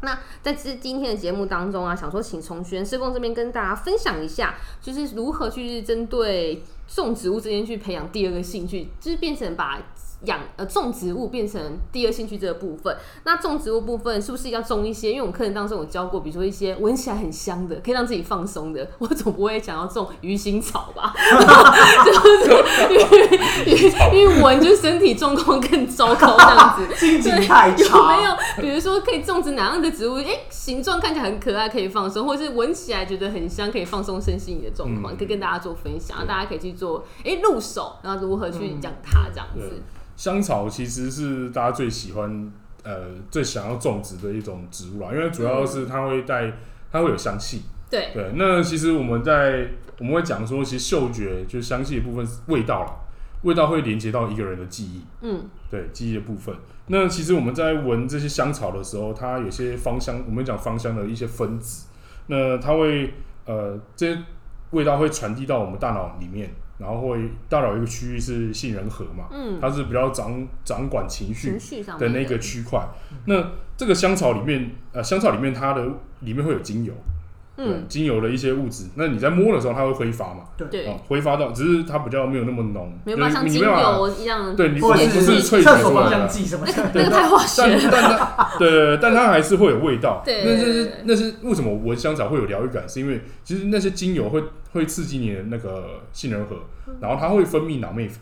[SPEAKER 1] 那在这今天的节目当中啊，想说请从轩师凤这边跟大家分享一下，就是如何去针对种植物这边去培养第二个兴趣，就是变成把养呃种植物变成第二兴趣这个部分。那种植物部分是不是要种一些？因为我们课程当中有教过，比如说一些闻起来很香的，可以让自己放松的。我总不会想要种鱼腥草吧？ 就是因为因为闻就是身体状况更糟糕这样 子。
[SPEAKER 2] 心情太
[SPEAKER 1] 有没
[SPEAKER 2] 差，
[SPEAKER 1] 有？比如说可以种植哪样的植物？哎、形状看起来很可爱，可以放松，或者是闻起来觉得很香，可以放松身心的状况，
[SPEAKER 3] 嗯
[SPEAKER 1] 可以跟大家做分享，
[SPEAKER 3] 对
[SPEAKER 1] 大家可以去做哎、入手，然后如何
[SPEAKER 2] 嗯
[SPEAKER 1] 去养它这样
[SPEAKER 3] 对
[SPEAKER 1] 子。，
[SPEAKER 3] 香草其实是大家最喜欢、呃最想要种植的一种植物啦，因为主要是它会带，它会有香气。
[SPEAKER 1] 对
[SPEAKER 3] 对，那其实我们在我们会讲说，其实嗅觉就是香气的部分，味道啦，味道会连接到一个人的记忆，
[SPEAKER 1] 嗯，
[SPEAKER 3] 对记忆的部分。那其实我们在闻这些香草的时候，它有些芳香，我们讲芳香的一些分子，那它会呃这些味道会传递到我们大脑里面，然后会大脑有一个区域是杏仁核嘛，
[SPEAKER 1] 嗯，
[SPEAKER 3] 它是比较掌掌管情绪
[SPEAKER 1] 情绪上
[SPEAKER 3] 的
[SPEAKER 1] 面
[SPEAKER 3] 那个区块。那这个香草里面，呃，香草里面它的里面会有精油，对
[SPEAKER 1] 嗯，
[SPEAKER 3] 精油的一些物质。那你在摸的时候，它会挥发嘛？
[SPEAKER 1] 对
[SPEAKER 3] 哦，挥发到，只是它比较没有那么浓，
[SPEAKER 1] 没有办法像
[SPEAKER 3] 就是
[SPEAKER 1] 精
[SPEAKER 3] 你没办法。
[SPEAKER 1] 油一样，
[SPEAKER 3] 对你
[SPEAKER 2] 或者
[SPEAKER 1] 解
[SPEAKER 3] 不是
[SPEAKER 1] 释
[SPEAKER 3] 萃取
[SPEAKER 2] 厕所
[SPEAKER 3] 出来
[SPEAKER 2] 芳
[SPEAKER 3] 的
[SPEAKER 2] 香，剂什么
[SPEAKER 1] 那
[SPEAKER 2] 的，
[SPEAKER 1] 个那个太化学
[SPEAKER 3] 但
[SPEAKER 1] 了，
[SPEAKER 3] 但它对，但它还是会有味道。
[SPEAKER 1] 对
[SPEAKER 3] 那这
[SPEAKER 1] 对
[SPEAKER 3] 是那是为什么闻香草会有疗愈感？是因为其实那些精油会会刺激你的那个杏仁核，
[SPEAKER 1] 嗯
[SPEAKER 3] 然后它会分泌脑内啡，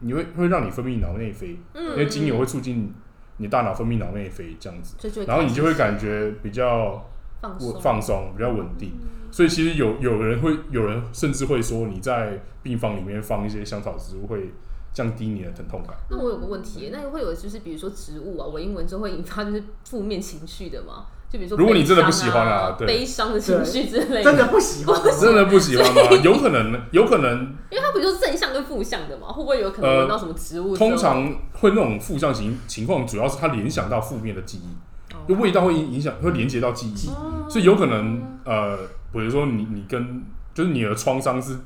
[SPEAKER 3] 你会会让你分泌脑内啡，
[SPEAKER 1] 嗯，
[SPEAKER 3] 因为精油会促进你大脑分泌脑内啡这样子，
[SPEAKER 1] 就就
[SPEAKER 3] 然后你就会感觉比较
[SPEAKER 1] 放
[SPEAKER 3] 稳
[SPEAKER 1] 松，
[SPEAKER 3] 放松，比较稳定。所以其实有有人会有人甚至会说你在病房里面放一些香草植物会降低你的疼痛感。
[SPEAKER 1] 那我有个问题，那会有就是比如说植物啊，我英文之后会引发就是负面情绪的吗？就比如说、
[SPEAKER 3] 如果你真的不喜欢
[SPEAKER 1] 啊
[SPEAKER 3] 啊，对
[SPEAKER 1] 悲伤的情绪之类
[SPEAKER 2] 真
[SPEAKER 1] 的，
[SPEAKER 2] 的不喜欢。
[SPEAKER 3] 真的不喜欢吗？有可能，有可能，
[SPEAKER 1] 因为它不就是正向跟负向的嘛？会不会有可能
[SPEAKER 3] 呃
[SPEAKER 1] 闻到什么植物之后？
[SPEAKER 3] 通常会那种负向情情况，主要是它联想到负面的记忆，就味道会影影响，会连接到记忆，
[SPEAKER 1] 哦
[SPEAKER 3] 所以有可能呃，比如说你你跟就是你的创伤是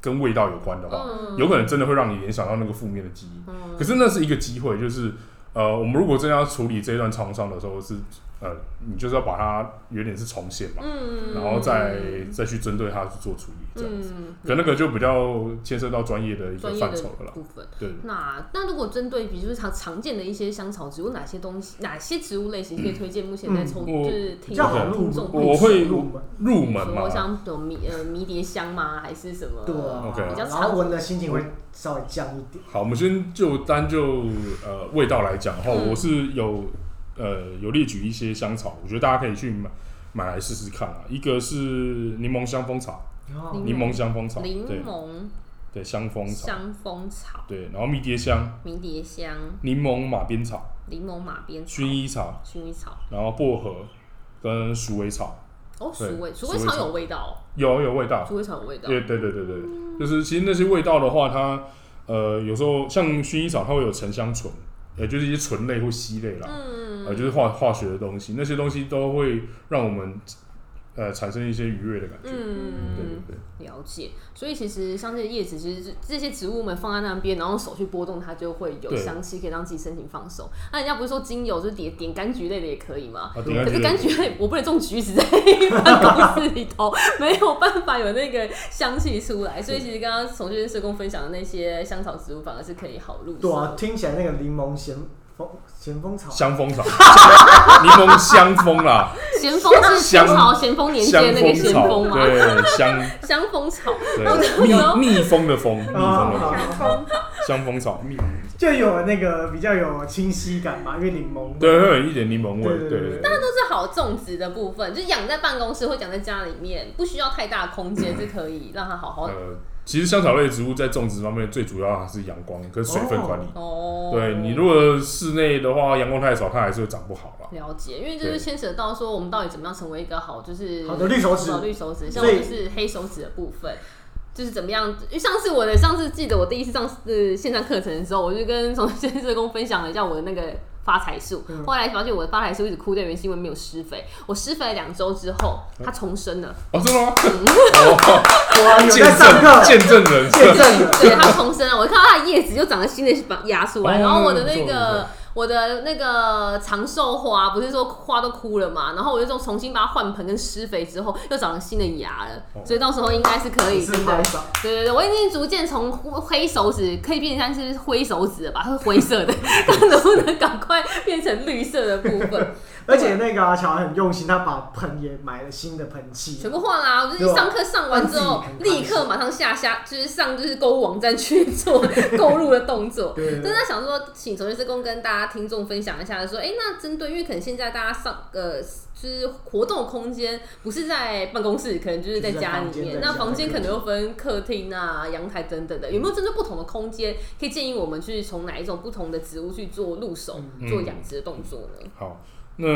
[SPEAKER 3] 跟味道有关的话，
[SPEAKER 1] 嗯
[SPEAKER 3] 有可能真的会让你联想到那个负面的记忆。
[SPEAKER 1] 嗯
[SPEAKER 3] 可是那是一个机会，就是呃，我们如果真的要处理这段创伤的时候是，呃，你就是要把它有点是重现嘛，
[SPEAKER 1] 嗯
[SPEAKER 3] 然后再再去针对它去做处理，这样。
[SPEAKER 1] 嗯
[SPEAKER 3] 可那个就比较牵涉到专业的一个
[SPEAKER 1] 专业
[SPEAKER 3] 范畴了
[SPEAKER 1] 的嗯
[SPEAKER 3] 啦。
[SPEAKER 1] 部分。
[SPEAKER 3] 对，
[SPEAKER 1] 那那如果针对比如说常常见的一些香草植物，哪些东西、哪些植物类型可以推荐？目前在抽、
[SPEAKER 3] 嗯我
[SPEAKER 1] 就是
[SPEAKER 2] 比
[SPEAKER 1] 听
[SPEAKER 2] 较好入
[SPEAKER 1] 听众
[SPEAKER 3] 我
[SPEAKER 1] 朋友
[SPEAKER 3] 会
[SPEAKER 2] 入门，
[SPEAKER 3] 入门嘛
[SPEAKER 1] 说，像有迷呃迷迭香吗？还是什么？
[SPEAKER 2] 对
[SPEAKER 3] ，OK
[SPEAKER 1] 比较，
[SPEAKER 2] 啊然后
[SPEAKER 1] 常
[SPEAKER 2] 闻的心情会稍微降一点。
[SPEAKER 3] 好，我们先就单就呃味道来讲的话，
[SPEAKER 1] 嗯
[SPEAKER 3] 我是有呃有列举一些香草，我觉得大家可以去买买来试试看啊。一个是柠檬香蜂草，
[SPEAKER 2] 哦
[SPEAKER 3] 柠檬香蜂草，对
[SPEAKER 1] 柠檬
[SPEAKER 3] 对，香蜂草，
[SPEAKER 1] 香蜂草、
[SPEAKER 3] 对，然后迷迭香，
[SPEAKER 1] 迷迭香、
[SPEAKER 3] 柠檬马鞭草、
[SPEAKER 1] 柠檬马鞭草、
[SPEAKER 3] 薰衣草，
[SPEAKER 1] 薰衣草。
[SPEAKER 3] 然后薄荷跟鼠尾草，
[SPEAKER 1] 哦，
[SPEAKER 3] 对
[SPEAKER 1] 鼠尾鼠
[SPEAKER 3] 鼠
[SPEAKER 1] 尾
[SPEAKER 3] 尾
[SPEAKER 1] 草
[SPEAKER 3] 草
[SPEAKER 1] 有味道
[SPEAKER 3] 有啊有味
[SPEAKER 1] 哦，
[SPEAKER 3] 道。
[SPEAKER 1] 鼠尾草有味道。
[SPEAKER 3] 对对对对对，就是其实那些味道的话，它呃有时候像薰衣草，它会有沉香醇，也就是一些醇类或烯类啦，
[SPEAKER 1] 嗯，
[SPEAKER 3] 呃就是化化学的东西，那些东西都会让我们呃产生一些愉悦的感觉。对对
[SPEAKER 1] 嗯，
[SPEAKER 3] 对，
[SPEAKER 1] 了解。所以其实像这些叶子，其实这这些植物们放在那边，然后手去拨动它，就会有
[SPEAKER 3] 对
[SPEAKER 1] 香气，可以让自己身心放松。那人家不是说精油就是点点柑橘类的也可以吗？
[SPEAKER 3] 啊，点
[SPEAKER 1] 可
[SPEAKER 3] 柑
[SPEAKER 1] 是
[SPEAKER 3] 橘
[SPEAKER 1] 柑橘类我不能种橘子在办公室里头，没有办法有那个香气出来。所以其实刚刚从这些社工分享的那些香草植物，反而是可以好入手。
[SPEAKER 2] 对啊，听起来那个柠檬咸风咸丰草，
[SPEAKER 3] 香风 草，柠檬香风啦，
[SPEAKER 1] 咸丰是清朝咸丰年
[SPEAKER 3] 香
[SPEAKER 1] 间那个
[SPEAKER 3] 风
[SPEAKER 1] 咸
[SPEAKER 3] 草
[SPEAKER 1] 丰，哦嘛，
[SPEAKER 3] 对，香
[SPEAKER 1] 香风草。
[SPEAKER 3] 对蜜蜜蜂的蜂，蜜蜂的蜂，
[SPEAKER 2] 啊，
[SPEAKER 4] 风
[SPEAKER 3] 香风草蜜，
[SPEAKER 2] 就有那个比较有清晰感嘛，因为柠檬味。
[SPEAKER 3] 对，会有一点柠檬味，
[SPEAKER 2] 对
[SPEAKER 3] 对
[SPEAKER 2] 对
[SPEAKER 3] 对
[SPEAKER 2] 对
[SPEAKER 3] 对。
[SPEAKER 1] 都是好种植的部分，就养在办公室或养在家里面，不需要太大的空间，是可以让它好好
[SPEAKER 3] 呃，其实香草类植物在种植方面最主要还是阳光跟水分管理。
[SPEAKER 1] 哦。
[SPEAKER 3] 对你如果室内的话，阳光太少，它还是会长不好啦。
[SPEAKER 1] 了解，因为这就
[SPEAKER 3] 对
[SPEAKER 1] 牵扯到说我们到底怎么样成为一个好，就是
[SPEAKER 2] 好的绿手指
[SPEAKER 1] 好的绿手指，像
[SPEAKER 2] 所
[SPEAKER 1] 我
[SPEAKER 2] 以
[SPEAKER 1] 就是黑手指的部分。就是怎么样？因为上次我的上次记得我第一次上次线上课程的时候，我就跟从先社工分享了一下我的那个发财树。
[SPEAKER 2] 嗯
[SPEAKER 1] 后来发现我的发财树一直枯掉，原因是因为没有施肥。我施肥了两周之后，它重生了。
[SPEAKER 3] 哦，真的吗？哦，
[SPEAKER 2] 哇，啊有
[SPEAKER 3] 见
[SPEAKER 2] 在上
[SPEAKER 3] 证
[SPEAKER 2] 课，
[SPEAKER 3] 见证人
[SPEAKER 2] 见
[SPEAKER 3] 设，
[SPEAKER 2] 证了。
[SPEAKER 1] 对，它重生了。我看到它的叶子又长了新的芽出来，
[SPEAKER 3] 哦
[SPEAKER 1] 然后我的那
[SPEAKER 3] 不错不
[SPEAKER 1] 个
[SPEAKER 3] 错
[SPEAKER 1] 我的那个长寿花，不是说花都枯了嘛，然后我就重重新把它换盆跟施肥之后，又长了新的芽了。
[SPEAKER 3] 哦
[SPEAKER 1] 所以到时候应该是可以，
[SPEAKER 2] 是
[SPEAKER 1] 真
[SPEAKER 2] 拍
[SPEAKER 1] 的。
[SPEAKER 2] 照，
[SPEAKER 1] 对对对，我已经逐渐从黑手指可以变成像是灰手指了吧，它是灰色 的，看能不能赶快变成绿色的部 分，
[SPEAKER 2] 而且那个啊乔很用心，他把盆也买了新的盆器，
[SPEAKER 1] 全部换啦、我就是一上课上完之
[SPEAKER 3] 啊
[SPEAKER 1] 后，立刻马上下下就是上就是购物网站去做 购入的动作。
[SPEAKER 2] 对对
[SPEAKER 1] 真
[SPEAKER 2] 对
[SPEAKER 1] 的想说，请从业社工跟大家听众分享一下，说，哎、那针对，因为可能现在大家上呃，就是活动的空间不是在办公室，可能就是在家里面。
[SPEAKER 2] 就是在房间
[SPEAKER 1] 那房间可能又分客厅啊、阳台等等的，有没有针对不同的空间，可以建议我们去从哪一种不同的植物去做入手、
[SPEAKER 3] 嗯
[SPEAKER 1] 做养殖的动作呢？
[SPEAKER 3] 好，那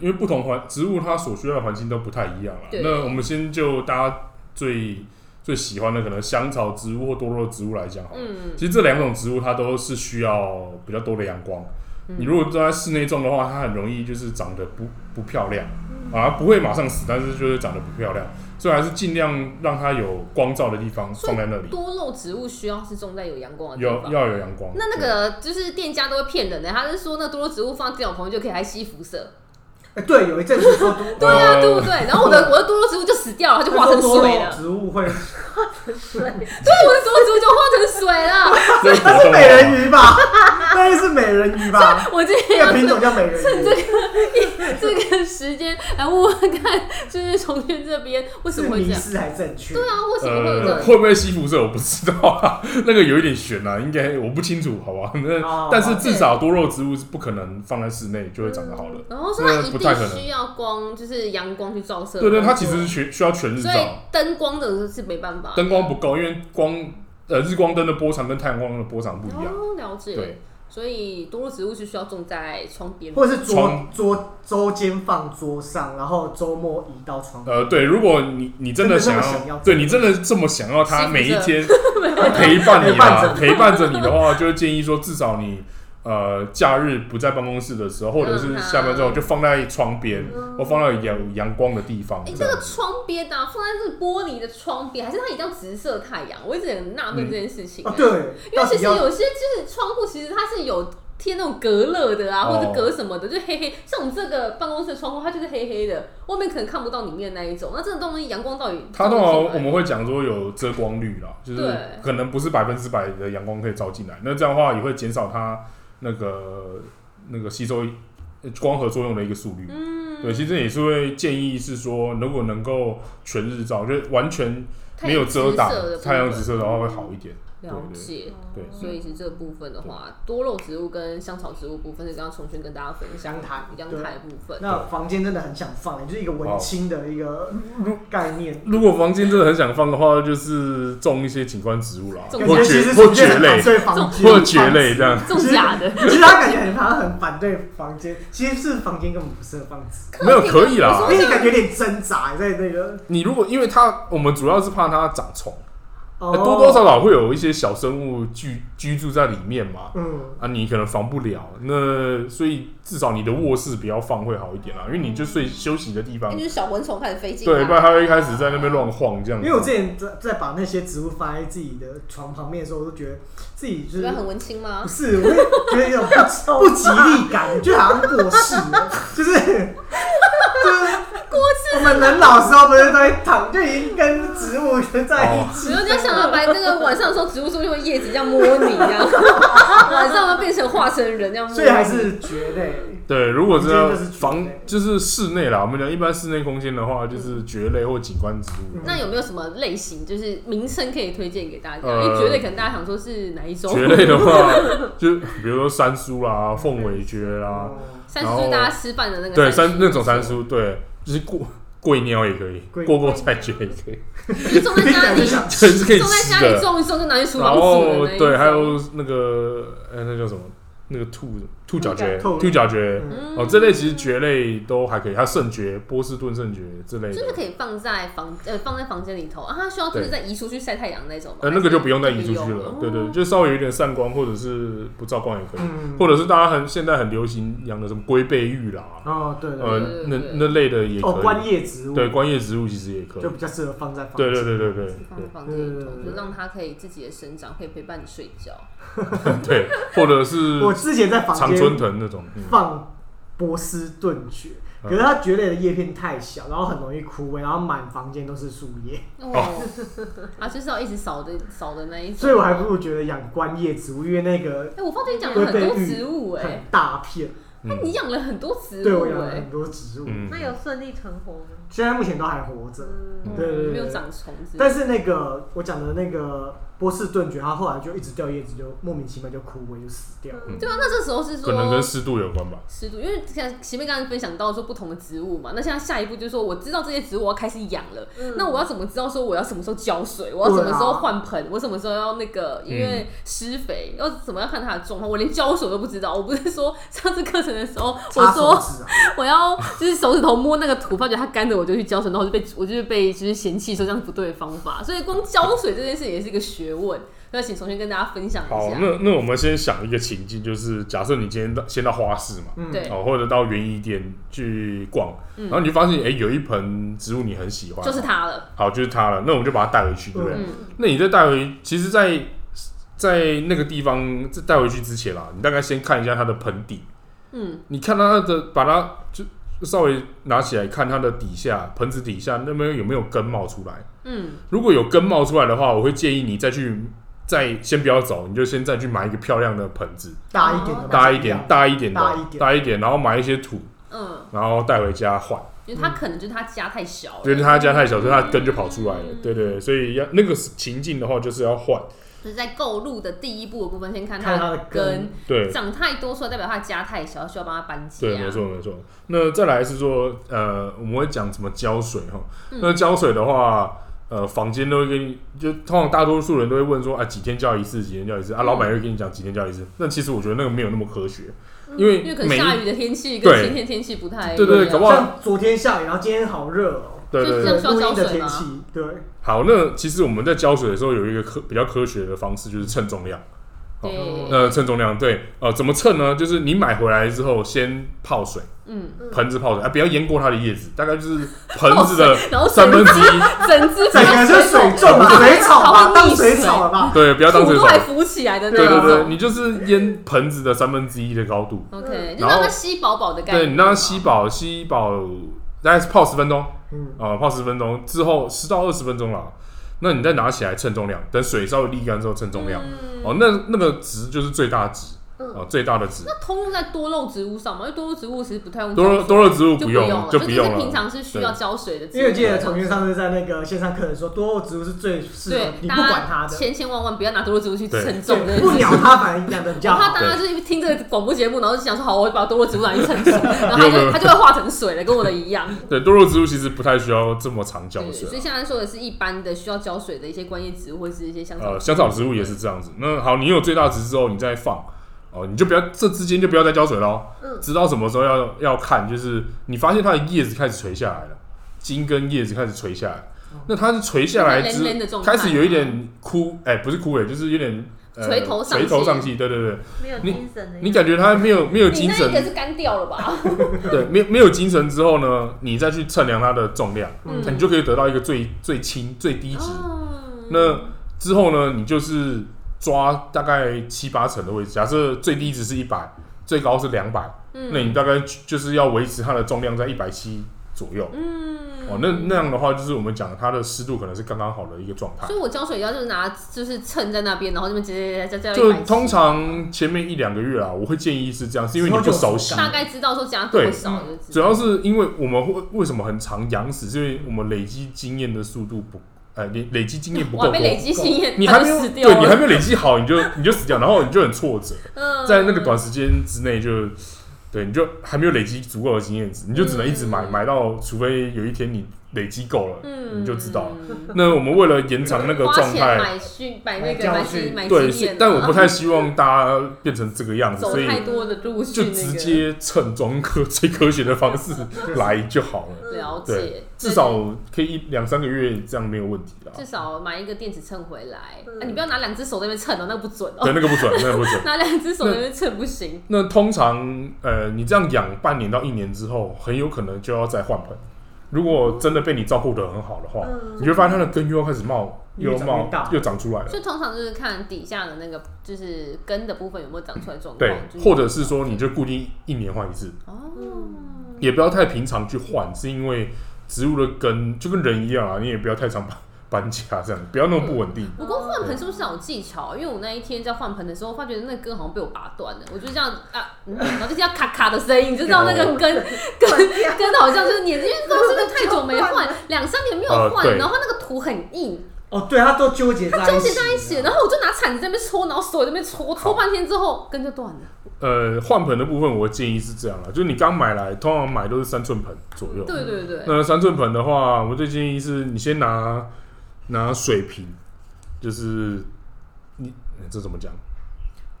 [SPEAKER 3] 因为不同环植物它所需要的环境都不太一样啦。
[SPEAKER 1] 对
[SPEAKER 3] 那我们先就大家最最喜欢的可能香草植物或多肉植物来讲好了。
[SPEAKER 1] 嗯，
[SPEAKER 3] 其实这两种植物它都是需要比较多的阳光。
[SPEAKER 1] 嗯
[SPEAKER 3] 你如果都在室内种的话，它很容易就是长得不不漂亮
[SPEAKER 1] 嗯
[SPEAKER 3] 啊，不会马上死，但是就是长得不漂亮，所以还是尽量让它有光照的地方
[SPEAKER 1] 所以
[SPEAKER 3] 放在那里，
[SPEAKER 1] 多肉植物需要是种在有阳光的地
[SPEAKER 3] 嗯有
[SPEAKER 1] 方。
[SPEAKER 3] 要有阳光。
[SPEAKER 1] 那那个就是店家都会骗人的，他是说那多肉植物放在电脑旁边就可以还吸辐射，
[SPEAKER 2] 哎对，有一阵子说 多，
[SPEAKER 1] 对啊，
[SPEAKER 3] 呃
[SPEAKER 1] 对不对？然后我的我的多肉植物就死掉了，它就化
[SPEAKER 2] 他
[SPEAKER 1] 成
[SPEAKER 2] 说多
[SPEAKER 1] 水
[SPEAKER 2] 肉
[SPEAKER 1] 了。
[SPEAKER 2] 植物会
[SPEAKER 1] 对，我的多肉植物就化成水 了。
[SPEAKER 3] 对这
[SPEAKER 2] 那
[SPEAKER 3] 个
[SPEAKER 2] 是美人
[SPEAKER 3] 鱼，
[SPEAKER 2] 鱼吧？ 那是美人鱼吧？
[SPEAKER 1] 我今天要
[SPEAKER 2] 那个品种
[SPEAKER 1] 趁
[SPEAKER 2] 叫美人
[SPEAKER 1] 啊
[SPEAKER 2] 鱼，
[SPEAKER 1] 这个时间来问问看，就是从前这边为什
[SPEAKER 2] 是
[SPEAKER 1] 么会这
[SPEAKER 2] 迷
[SPEAKER 1] 样？
[SPEAKER 2] 失还正确？
[SPEAKER 1] 对啊，为什么会有这
[SPEAKER 3] 呃，
[SPEAKER 1] 种？
[SPEAKER 3] 会不会吸辐射我不知道啊， 那个有一点悬啊，应该我不清楚，好吧？
[SPEAKER 2] 哦
[SPEAKER 3] 那但是至少多肉植物是不可能放在室内就会长得好的。
[SPEAKER 1] 然后说它
[SPEAKER 3] 那
[SPEAKER 1] 一
[SPEAKER 3] 呃不太可
[SPEAKER 1] 定
[SPEAKER 3] 能
[SPEAKER 1] 需要光，就是阳光去照射。
[SPEAKER 3] 对对，它其实是全需要全日
[SPEAKER 1] 所
[SPEAKER 3] 照。
[SPEAKER 1] 以灯光的是没办法。
[SPEAKER 3] 灯光不够，因为光呃日光灯的波长跟太阳光的波长不一样。
[SPEAKER 1] 哦，了解。
[SPEAKER 3] 对，
[SPEAKER 1] 所以多肉植物是需要种在窗边。
[SPEAKER 2] 或者是桌
[SPEAKER 3] 床
[SPEAKER 2] 桌周间放桌上，然后周末移到床
[SPEAKER 3] 呃，对，如果你你真的
[SPEAKER 2] 真
[SPEAKER 3] 想
[SPEAKER 2] 的
[SPEAKER 3] 要，
[SPEAKER 2] 那么想要
[SPEAKER 3] 对你真的这么想要
[SPEAKER 1] 幸
[SPEAKER 3] 它
[SPEAKER 1] 福
[SPEAKER 3] 每一
[SPEAKER 1] 着
[SPEAKER 3] 天 陪伴你
[SPEAKER 2] 陪伴着
[SPEAKER 3] 啦，陪伴着你的话，就会建议说，至少你呃假日不在办公室的时候，或者
[SPEAKER 1] 嗯
[SPEAKER 3] 是
[SPEAKER 1] 好嗯
[SPEAKER 3] 下班之后就放在窗边，或放到有阳光的地方
[SPEAKER 1] 哎、
[SPEAKER 3] 这
[SPEAKER 1] 这
[SPEAKER 3] 样
[SPEAKER 1] 个
[SPEAKER 3] 子。
[SPEAKER 1] 窗边啊，放在这个玻璃的窗边，还是它一定要直射太阳？我一直很纳闷
[SPEAKER 3] 嗯
[SPEAKER 1] 这件事情、
[SPEAKER 3] 呃
[SPEAKER 2] 哦，对，
[SPEAKER 1] 因
[SPEAKER 2] 到
[SPEAKER 1] 为其
[SPEAKER 2] 底
[SPEAKER 1] 实
[SPEAKER 2] 要
[SPEAKER 1] 有些就是窗户，其实它是有贴那种隔热的啊，或者
[SPEAKER 3] 哦
[SPEAKER 1] 隔什么的，就黑黑。像我们这个办公室的窗户，它就是黑黑的，外面可能看不到里面那一种。那这个东西阳光到底
[SPEAKER 3] 它通
[SPEAKER 1] 照
[SPEAKER 3] 常
[SPEAKER 1] 不进来
[SPEAKER 3] 我们会讲说有遮光率啦，就是
[SPEAKER 1] 对
[SPEAKER 3] 可能不是百分之百的阳光可以照进来，那这样的话也会减少它那个那个吸收呃光合作用的一个速率。嗯，对，其实也是会建议是说，如果能够全日照，就是完全没有遮挡
[SPEAKER 1] 太阳直射的部分
[SPEAKER 3] 太阳直射的话会好一点。
[SPEAKER 1] 了解。
[SPEAKER 3] 对，
[SPEAKER 1] 所以是这个部分的话，多肉植物跟香草植物部分是刚刚重新跟大家分享
[SPEAKER 2] 阳台
[SPEAKER 1] 阳
[SPEAKER 2] 对
[SPEAKER 1] 台的部分。
[SPEAKER 2] 那房间真的很想放，就是一个文青
[SPEAKER 3] 哦
[SPEAKER 2] 的一个嗯概念。
[SPEAKER 3] 如果房间真的很想放的话，就是种一些景观植物啦，
[SPEAKER 1] 种
[SPEAKER 2] 感
[SPEAKER 3] 或
[SPEAKER 2] 觉其
[SPEAKER 3] 蕨
[SPEAKER 2] 实
[SPEAKER 3] 或
[SPEAKER 2] 逐渐
[SPEAKER 3] 蕨
[SPEAKER 2] 很
[SPEAKER 3] 类
[SPEAKER 2] 反，对房间，
[SPEAKER 3] 或蕨类这样。
[SPEAKER 1] 这种假的，
[SPEAKER 2] 其实他感觉好像很反对房间，其实是房间根本不适合放纸，
[SPEAKER 3] 没有可以
[SPEAKER 1] 我
[SPEAKER 3] 啦
[SPEAKER 1] 说
[SPEAKER 2] 因为你感觉有点挣扎在那个
[SPEAKER 3] 你如果因为它，我们主要是怕它长虫。
[SPEAKER 2] 哦
[SPEAKER 3] 那呃多多少少会有一些小生物居居住在里面嘛。
[SPEAKER 2] 嗯，
[SPEAKER 3] 啊，你可能防不了，那所以至少你的卧室不要放会好一点啦，因为你就睡休息的地方
[SPEAKER 4] 那就，是小蚊虫开始飞
[SPEAKER 1] 啊
[SPEAKER 4] 进
[SPEAKER 3] 对，
[SPEAKER 4] 来，
[SPEAKER 3] 不然它会一开始在那边乱晃这样
[SPEAKER 2] 因
[SPEAKER 3] 子。
[SPEAKER 2] 为我之前在在把那些植物放在自己的床旁边的时候，我都觉得自己就
[SPEAKER 4] 不
[SPEAKER 2] 是
[SPEAKER 4] 然很文青
[SPEAKER 2] 不
[SPEAKER 4] 吗？
[SPEAKER 2] 是，我会觉得有不不吉利感，就好像过世了，就是就是过世。我们人老的时候不是都会躺，就已经跟植物在一起。
[SPEAKER 1] 你就这样想到白那个晚上的时候，植物是不是会叶子这样摸你这 样，晚上会变成化成人这样摸你，
[SPEAKER 2] 所以还是觉得欸
[SPEAKER 3] 对，如果真
[SPEAKER 2] 你
[SPEAKER 3] 的
[SPEAKER 2] 这个是蕨
[SPEAKER 3] 房
[SPEAKER 2] 类
[SPEAKER 3] 就是室内啦，我们讲一般室内空间的话，就是蕨类或景观植物。
[SPEAKER 1] 那有没有什么类型，就是名称可以推荐给大家？
[SPEAKER 3] 呃
[SPEAKER 1] 因为蕨类可能大家想说是哪一种？
[SPEAKER 3] 蕨类的话，就比如说山苏啦、凤尾蕨啦，
[SPEAKER 2] 哦
[SPEAKER 1] 三叔就是大家吃饭的那个
[SPEAKER 3] 哦对，
[SPEAKER 1] 山
[SPEAKER 3] 山
[SPEAKER 1] 竹
[SPEAKER 3] 那种山，苏，对，就是过桂鸟也可以，
[SPEAKER 2] 桂
[SPEAKER 3] 过过菜蕨也可 以，
[SPEAKER 1] 就种在家里，
[SPEAKER 2] 听起来
[SPEAKER 1] 种
[SPEAKER 2] 就
[SPEAKER 3] 这是可以
[SPEAKER 1] 在
[SPEAKER 3] 吃
[SPEAKER 1] 家里
[SPEAKER 3] 的。
[SPEAKER 1] 种一种就拿去除
[SPEAKER 3] 然
[SPEAKER 1] 老鼠的
[SPEAKER 3] 后
[SPEAKER 1] 那一种
[SPEAKER 3] 哦对，还有那个呃，那叫什么？那个兔兔角蕨，
[SPEAKER 2] 兔
[SPEAKER 3] 兔角蕨
[SPEAKER 2] 嗯
[SPEAKER 1] 嗯
[SPEAKER 3] 哦，这类其实蕨类都还可以，还有圣蕨、波士顿圣蕨之类
[SPEAKER 1] 真的
[SPEAKER 3] 的。
[SPEAKER 1] 可以放在房呃放在房间里头啊，它需要就是
[SPEAKER 3] 对
[SPEAKER 1] 再移出去晒太阳那种吗？
[SPEAKER 3] 呃，那个就不用再移出
[SPEAKER 1] 还
[SPEAKER 3] 去
[SPEAKER 1] 是
[SPEAKER 3] 了
[SPEAKER 1] 哦，
[SPEAKER 3] 对对，就稍微有点散光或者是不照光也可以。
[SPEAKER 2] 嗯，
[SPEAKER 3] 或者是大家很现在很流行养的什么龟背玉啦，
[SPEAKER 2] 哦，对对，
[SPEAKER 1] 嗯对
[SPEAKER 3] 呃
[SPEAKER 1] 对，
[SPEAKER 3] 那
[SPEAKER 1] 对
[SPEAKER 3] 那类的也
[SPEAKER 2] 哦，观
[SPEAKER 3] 可以，
[SPEAKER 2] 叶植物，
[SPEAKER 3] 对，观叶植物其实也可以
[SPEAKER 2] 就，比较适合放在房
[SPEAKER 3] 对对
[SPEAKER 2] 间
[SPEAKER 3] 对对对
[SPEAKER 1] 放在房间里头，
[SPEAKER 2] 对对对
[SPEAKER 1] 就让它可以自己的生长，可以陪伴你睡觉。
[SPEAKER 3] 对对，或者是
[SPEAKER 2] 我之前在房
[SPEAKER 3] 常
[SPEAKER 2] 间
[SPEAKER 3] 春藤那种，嗯
[SPEAKER 2] 放波士顿蕨，可是它蕨类的叶片太小，然后很容易枯萎，然后满房间都是树叶，
[SPEAKER 1] 哦， 啊，就是要一直扫的扫的那一种。
[SPEAKER 2] 所以我还不如觉得养观叶植物，因为那个
[SPEAKER 1] 哎，我发现你养了很多植物哎
[SPEAKER 2] 很，大片，
[SPEAKER 1] 那你养了很多植
[SPEAKER 2] 对我
[SPEAKER 1] 物
[SPEAKER 2] 养了
[SPEAKER 1] 哎
[SPEAKER 2] 很，多植物，
[SPEAKER 3] 嗯，
[SPEAKER 4] 那有顺利成活吗？
[SPEAKER 2] 现在目前都还活着。
[SPEAKER 4] 嗯，
[SPEAKER 2] 对对对
[SPEAKER 1] 没有长虫子。
[SPEAKER 2] 但是那个我讲的那个波士顿蕨，它后来就一直掉叶子，就莫名其妙就枯萎就死掉了。
[SPEAKER 1] 对啊，那这时候是说
[SPEAKER 3] 可能跟湿度有关吧。
[SPEAKER 1] 湿度，因为像前面刚刚分享到说不同的植物嘛，那现在下一步就是说我知道这些植物我要开始养了，
[SPEAKER 4] 嗯
[SPEAKER 1] 那我要怎么知道说我要什么时候浇水，我要什么时候
[SPEAKER 2] 啊
[SPEAKER 1] 换盆，我什么时候要那个因
[SPEAKER 3] 嗯
[SPEAKER 1] 为施肥，要怎么样看它的状况，我连浇水都不知道。我不是说上次课程的时候我
[SPEAKER 2] 插手
[SPEAKER 1] 说
[SPEAKER 2] 指啊，
[SPEAKER 1] 我要就是手指头摸那个土，发觉它干的我就去浇水，然后我就被我就是被就是嫌弃说这样是不对的方法，所以光浇水这件事也是一个学问。那请重新跟大家分享一
[SPEAKER 3] 好，
[SPEAKER 1] 下。
[SPEAKER 3] 那那我们先想一个情境，就是假设你今天到先到花市嘛，
[SPEAKER 2] 嗯，
[SPEAKER 1] 对嗯
[SPEAKER 3] 哦，或者到园艺店去逛，然后你就发现，哎，有一盆植物你很喜欢，
[SPEAKER 1] 就是它了，
[SPEAKER 3] 好，就是它了，那我们就把它带回去，对不对？
[SPEAKER 1] 嗯，
[SPEAKER 3] 那你再带回，其实在，在那个地方再带回去之前啦，你大概先看一下它的盆底，
[SPEAKER 1] 嗯，
[SPEAKER 3] 你看它的，把它就稍微拿起来看它的底下，盆子底下那边有没有根冒出来。
[SPEAKER 1] 嗯，
[SPEAKER 3] 如果有根冒出来的话，我会建议你再去再先不要走，你就先再去买一个漂亮的盆子，
[SPEAKER 2] 大一点
[SPEAKER 1] 哦
[SPEAKER 2] 的吧，
[SPEAKER 3] 大一点、大一点的、
[SPEAKER 2] 大一点
[SPEAKER 3] 然后买一些土，
[SPEAKER 1] 嗯，
[SPEAKER 3] 然后带回家换。
[SPEAKER 1] 因为它可能就是它家太小
[SPEAKER 3] 因为
[SPEAKER 1] 了，
[SPEAKER 3] 它家太小，所以它的根就跑出来了。对对对，所以要那个情境的话，就是要换。
[SPEAKER 1] 就是在购入的第一步的部分，先看
[SPEAKER 2] 看它
[SPEAKER 1] 的
[SPEAKER 2] 的根
[SPEAKER 3] 对，
[SPEAKER 1] 长太多出来，代表它的家太小，需要帮它搬家。
[SPEAKER 3] 对，没错没错。那再来是说，呃，我们会讲怎么浇水哈。
[SPEAKER 1] 嗯
[SPEAKER 3] 那浇水的话，呃，房间都会跟你，就通常大多数人都会问说，啊，几天浇一次，几天浇一次啊，老板会跟你讲几天浇一次。那其实我觉得那个没有那么科学，因为
[SPEAKER 1] 嗯因为可能
[SPEAKER 3] 每一
[SPEAKER 1] 下雨的天气跟
[SPEAKER 3] 对
[SPEAKER 1] 前天天气不太一样
[SPEAKER 3] 对对对搞不好
[SPEAKER 2] 像昨天下雨，然后今天好热哦。
[SPEAKER 3] 对
[SPEAKER 1] 就
[SPEAKER 3] 对对
[SPEAKER 1] 这样需要
[SPEAKER 2] 录音
[SPEAKER 1] 浇水
[SPEAKER 2] 的天
[SPEAKER 1] 吗
[SPEAKER 2] 气，对，
[SPEAKER 3] 好。那其实我们在浇水的时候有一个科比较科学的方式，就是称重量。
[SPEAKER 1] 对，
[SPEAKER 3] 呃，称重量对，呃，怎么称呢？就是你买回来之后先泡水，
[SPEAKER 1] 嗯，
[SPEAKER 3] 盆子泡水啊，不要淹过它的叶子，大概就是盆子的
[SPEAKER 1] 然后
[SPEAKER 3] 三分之一。
[SPEAKER 1] 整只
[SPEAKER 2] 整个是水
[SPEAKER 1] 肿
[SPEAKER 2] 肿啊，水草吧，
[SPEAKER 1] 它会
[SPEAKER 2] 当
[SPEAKER 1] 溺
[SPEAKER 2] 水草了吧？
[SPEAKER 3] 对，不要当
[SPEAKER 1] 土
[SPEAKER 3] 水
[SPEAKER 1] 都
[SPEAKER 3] 草。
[SPEAKER 1] 还浮起来的那
[SPEAKER 3] 对对对，
[SPEAKER 1] 种。
[SPEAKER 3] 你就是淹盆子的三分之一的高度，
[SPEAKER 1] OK，就让
[SPEAKER 3] 然后
[SPEAKER 1] 它吸饱饱的感觉。
[SPEAKER 3] 对你让它吸饱，吸饱大概是泡十分钟，
[SPEAKER 2] 嗯，
[SPEAKER 3] 啊、泡十分钟之后十到二十分钟了，那你再拿起来称重量，等水稍微沥干之后称重量，
[SPEAKER 1] 嗯
[SPEAKER 3] 哦，那那个值就是最大值，
[SPEAKER 4] 嗯
[SPEAKER 3] 哦，最大的值，
[SPEAKER 1] 那通用在多肉植物上嘛，因为多肉植物其实不太用
[SPEAKER 3] 多肉
[SPEAKER 1] 浇水
[SPEAKER 3] 多肉植物
[SPEAKER 1] 就
[SPEAKER 3] 不
[SPEAKER 1] 用
[SPEAKER 3] 用
[SPEAKER 1] 了，就
[SPEAKER 3] 就不
[SPEAKER 1] 只
[SPEAKER 3] 用
[SPEAKER 1] 是平
[SPEAKER 3] 了，
[SPEAKER 1] 常是需要浇水的植物。
[SPEAKER 2] 因为我记得同学上次在那个线上课程说，多肉植物是最适合
[SPEAKER 1] 对，
[SPEAKER 2] 你
[SPEAKER 1] 大
[SPEAKER 2] 不
[SPEAKER 1] 家
[SPEAKER 2] 管它的，
[SPEAKER 1] 千千万万不要拿多肉植物去
[SPEAKER 3] 对
[SPEAKER 1] 称重
[SPEAKER 2] 对，
[SPEAKER 1] 的。
[SPEAKER 2] 不鸟它反而养的比较
[SPEAKER 1] 我怕
[SPEAKER 2] 好。
[SPEAKER 1] 哦大家就是听这个广播节目，然后就想说好，我会把多肉植物拿去称 水，然后它
[SPEAKER 3] 不用不
[SPEAKER 1] 就
[SPEAKER 3] 用
[SPEAKER 1] 它就会化成水了，跟我的一样。
[SPEAKER 3] 对，多肉植物其实不太需要这么长 浇
[SPEAKER 1] 对，
[SPEAKER 3] 水
[SPEAKER 1] 所以
[SPEAKER 3] 啊。
[SPEAKER 1] 现在说的是一般的需要浇水的一些观叶植物或是一些香草
[SPEAKER 3] 呃，。香草植物也是这样子。那好，你有最大值之后，你再放哦，你就不要这之间就不要再浇水喽。
[SPEAKER 4] 嗯
[SPEAKER 3] 直到什么时候要要看，就是你发现它的叶子开始垂下来了，茎跟叶子开始垂下来，
[SPEAKER 1] 哦
[SPEAKER 3] 那它是垂下来之
[SPEAKER 1] 就是连连的状态
[SPEAKER 3] 开始有一点枯，哎、不是枯萎，就是有点、呃、
[SPEAKER 1] 啊垂头丧
[SPEAKER 3] 垂头
[SPEAKER 1] 气
[SPEAKER 3] 丧气，对对对，
[SPEAKER 4] 没有
[SPEAKER 3] 你
[SPEAKER 4] 精神的意思。
[SPEAKER 3] 你感觉它没有没有精神
[SPEAKER 1] 你那，一个是干掉了吧？
[SPEAKER 3] 对，没有没有精神之后呢，你再去称量它的重量，
[SPEAKER 1] 嗯
[SPEAKER 3] 你就可以得到一个最最轻最低值。
[SPEAKER 1] 哦
[SPEAKER 3] 那之后呢，你就是抓大概七八成的位置，假设最低值是一百，最高是两百、
[SPEAKER 1] 嗯
[SPEAKER 3] 那你大概就是要维持它的重量在一百七左右。
[SPEAKER 1] 嗯
[SPEAKER 3] 哦，那那样的话，就是我们讲它的湿度可能是刚刚好的一个状态
[SPEAKER 1] 所。以我浇水要就是拿就是秤在那边，然后这边直接加加
[SPEAKER 3] 就通常前面一两个月啊，我会建议是这样，是因为你不熟悉，
[SPEAKER 1] 大概知道说加多少就知
[SPEAKER 3] 主
[SPEAKER 1] 道。
[SPEAKER 3] 要是因为我们会为什么很常养死，是因为我们累积经验的速度不，呃，累累积经验不
[SPEAKER 1] 我还
[SPEAKER 3] 够
[SPEAKER 1] 没
[SPEAKER 3] 多，
[SPEAKER 1] 累积经验，
[SPEAKER 3] 你
[SPEAKER 1] 它
[SPEAKER 3] 还
[SPEAKER 1] 就
[SPEAKER 3] 没有
[SPEAKER 1] 死掉了。
[SPEAKER 3] 对你还没有累积好，你就你就死掉，然后你就很挫折，
[SPEAKER 1] 嗯
[SPEAKER 3] 在那个短时间之内就。对，你就还没有累积足够的经验值，你就只能一直买，
[SPEAKER 1] 嗯
[SPEAKER 3] 买到除非有一天你累积够了，
[SPEAKER 1] 嗯
[SPEAKER 3] 你就知道了。那我们为了延长那个
[SPEAKER 1] 花
[SPEAKER 3] 状
[SPEAKER 1] 钱
[SPEAKER 3] 态，
[SPEAKER 1] 买训买那
[SPEAKER 2] 买
[SPEAKER 1] 个
[SPEAKER 2] 教
[SPEAKER 1] 买
[SPEAKER 2] 训
[SPEAKER 1] 买
[SPEAKER 3] 对，
[SPEAKER 1] 经验
[SPEAKER 3] 是
[SPEAKER 1] 啊，
[SPEAKER 3] 但我 不太希望大家变成这个样子，
[SPEAKER 1] 走
[SPEAKER 3] 所以
[SPEAKER 1] 太多的路去
[SPEAKER 3] 就
[SPEAKER 1] 那个
[SPEAKER 3] 直接称装科最科学的方式来就好了，
[SPEAKER 1] 了解
[SPEAKER 3] 对，至少可以一两三个月这样没有问题啦。
[SPEAKER 1] 至少买一个电子秤回来。
[SPEAKER 4] 嗯
[SPEAKER 1] 啊，你不要拿两只手在那边称哦，那不准
[SPEAKER 3] 对，
[SPEAKER 1] 哦，。
[SPEAKER 3] 那个不准，那个不准
[SPEAKER 1] 拿两只手在那边称不行。
[SPEAKER 3] 那通常，呃，你这样养半年到一年之后，很有可能就要再换盆。如果真的被你照顾得很好的话，
[SPEAKER 4] 嗯
[SPEAKER 3] 你就会发现它的根又要开始冒，
[SPEAKER 2] 越
[SPEAKER 3] 又
[SPEAKER 2] 长
[SPEAKER 3] 冒
[SPEAKER 2] 越大
[SPEAKER 3] 又长出来了。
[SPEAKER 1] 所以通常就是看底下的那个，就是根的部分有没有长出来状况，
[SPEAKER 3] 对，
[SPEAKER 1] 就是
[SPEAKER 3] 或者是说你就固定一年换一次，
[SPEAKER 1] 哦，
[SPEAKER 3] 也不要太频常去换，是因为植物的根就跟人一样啊，你也不要太常搬搬家这样，不要那么不稳定。
[SPEAKER 1] 不过换盆是不是要有技巧？因为我那一天在换盆的时候，发觉那个根好像被我拔断了，我就这样啊，嗯然后就这样咔咔的声音，你就知道 那个根
[SPEAKER 4] 断掉
[SPEAKER 1] 根好像就是粘，因为不知道是不是太久没 换，两三年没有
[SPEAKER 3] 呃
[SPEAKER 1] 换，
[SPEAKER 3] 对
[SPEAKER 1] 然后它那个土很硬，
[SPEAKER 2] 哦，对，它都纠结在
[SPEAKER 1] 纠
[SPEAKER 2] 一
[SPEAKER 1] 结
[SPEAKER 2] 起，
[SPEAKER 1] 在一起，然后我就拿铲子在那边戳，然后手也在那边戳，戳半天之后根就断了。
[SPEAKER 3] 呃，换盆的部分，我建议是这样啊啦，就是你刚买来，通常买都是三寸盆左右。
[SPEAKER 1] 对对对，
[SPEAKER 3] 那三寸盆的话，我最建议是你先拿拿水瓶，就是你哎这怎么讲？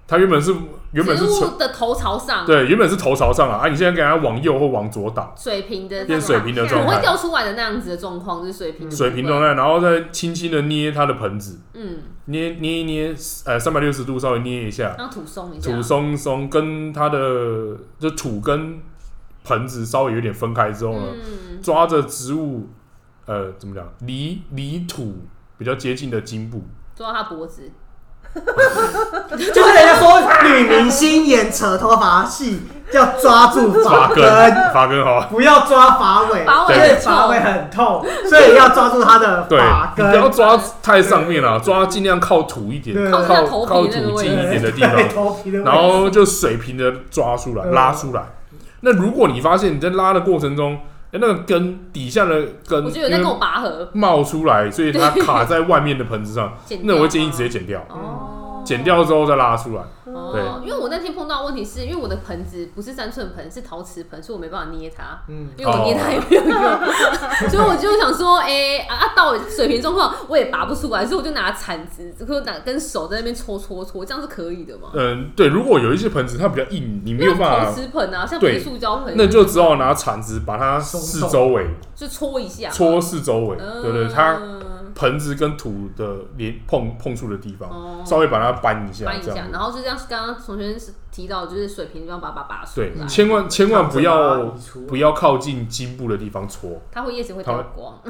[SPEAKER 3] 它原本是原本是
[SPEAKER 1] 植
[SPEAKER 3] 垂
[SPEAKER 1] 物的头朝上，
[SPEAKER 3] 对，原本是头朝上啊，啊，你现在给它往右或往左倒，
[SPEAKER 1] 水平的
[SPEAKER 3] 变水平的
[SPEAKER 1] 不
[SPEAKER 3] 状
[SPEAKER 1] 会
[SPEAKER 3] 态，
[SPEAKER 1] 掉出来的那样子的状况，就是水平
[SPEAKER 3] 水平状态，然后再轻轻的捏它的盆子，
[SPEAKER 1] 嗯，
[SPEAKER 3] 捏捏一捏，呃，三百六十度稍微捏一下，
[SPEAKER 1] 让土松一下，
[SPEAKER 3] 土松松跟它的就土跟盆子稍微有点分开之后呢，
[SPEAKER 1] 嗯
[SPEAKER 3] 抓着植物，呃，怎么讲，离离土比较接近的茎部，
[SPEAKER 1] 抓它脖子，
[SPEAKER 2] 就是人家说女明星演扯头发戏要抓住发
[SPEAKER 3] 发根
[SPEAKER 2] 根，，
[SPEAKER 3] 发根好，
[SPEAKER 2] 不要抓发尾，
[SPEAKER 1] 发尾
[SPEAKER 2] 因为
[SPEAKER 1] 很
[SPEAKER 2] 发
[SPEAKER 1] 痛
[SPEAKER 2] 尾很痛，所以要抓住它的
[SPEAKER 3] 对
[SPEAKER 2] 发，
[SPEAKER 3] 你不要
[SPEAKER 2] 根，
[SPEAKER 3] 抓太上面了，抓尽量靠土一点，
[SPEAKER 2] 对
[SPEAKER 3] 靠
[SPEAKER 1] 靠头皮
[SPEAKER 3] 靠
[SPEAKER 1] 那个
[SPEAKER 3] 土
[SPEAKER 1] 位
[SPEAKER 3] 近
[SPEAKER 1] 置
[SPEAKER 3] 一点的地
[SPEAKER 2] 对
[SPEAKER 3] 方，
[SPEAKER 2] 头皮的位置
[SPEAKER 3] 然后就水平的抓出来，
[SPEAKER 2] 嗯
[SPEAKER 3] 拉出来。那如果你发现你在拉的过程中，哎那个根底下的根，
[SPEAKER 1] 我觉得有在跟我拔河，
[SPEAKER 3] 冒出来，所以它卡在外面的盆子上，
[SPEAKER 1] 剪
[SPEAKER 3] 那我会
[SPEAKER 1] 掉
[SPEAKER 3] 建议直接剪掉，
[SPEAKER 1] 哦，
[SPEAKER 3] 剪掉之后再拉出来。对
[SPEAKER 1] 哦，因为我那天碰到的问题是因为我的盆子不是三寸盆，是陶瓷盆，所以我没办法捏它。
[SPEAKER 2] 嗯，
[SPEAKER 1] 因为我捏它也没有
[SPEAKER 3] 哦
[SPEAKER 1] 用， 所以我就想说，哎、啊啊，到底水平状况我也拔不出来，所以我就拿铲子，或者拿根手在那边搓搓搓，这样是可以的嘛？
[SPEAKER 3] 嗯，对，如果有一些盆子它比较硬，你没有办
[SPEAKER 1] 陶
[SPEAKER 3] 法，
[SPEAKER 1] 瓷盆啊，像不
[SPEAKER 3] 对
[SPEAKER 1] 是塑胶盆，
[SPEAKER 3] 那就只好拿铲子把它四周围
[SPEAKER 1] 就搓一下，
[SPEAKER 3] 搓四周围，
[SPEAKER 1] 嗯，
[SPEAKER 3] 对对，它盆子跟土的连碰碰触的地方，
[SPEAKER 1] 哦
[SPEAKER 3] 稍微把它扳一下，
[SPEAKER 1] 搬一
[SPEAKER 3] 这
[SPEAKER 1] 下
[SPEAKER 3] 样，
[SPEAKER 1] 然。后就这样，刚刚同学是提到，就是水平就要把它拔出
[SPEAKER 3] 对
[SPEAKER 1] 来，，
[SPEAKER 3] 千万千万不要不
[SPEAKER 2] 要
[SPEAKER 3] 要靠近茎部的地方搓，
[SPEAKER 1] 它会叶子会掉光，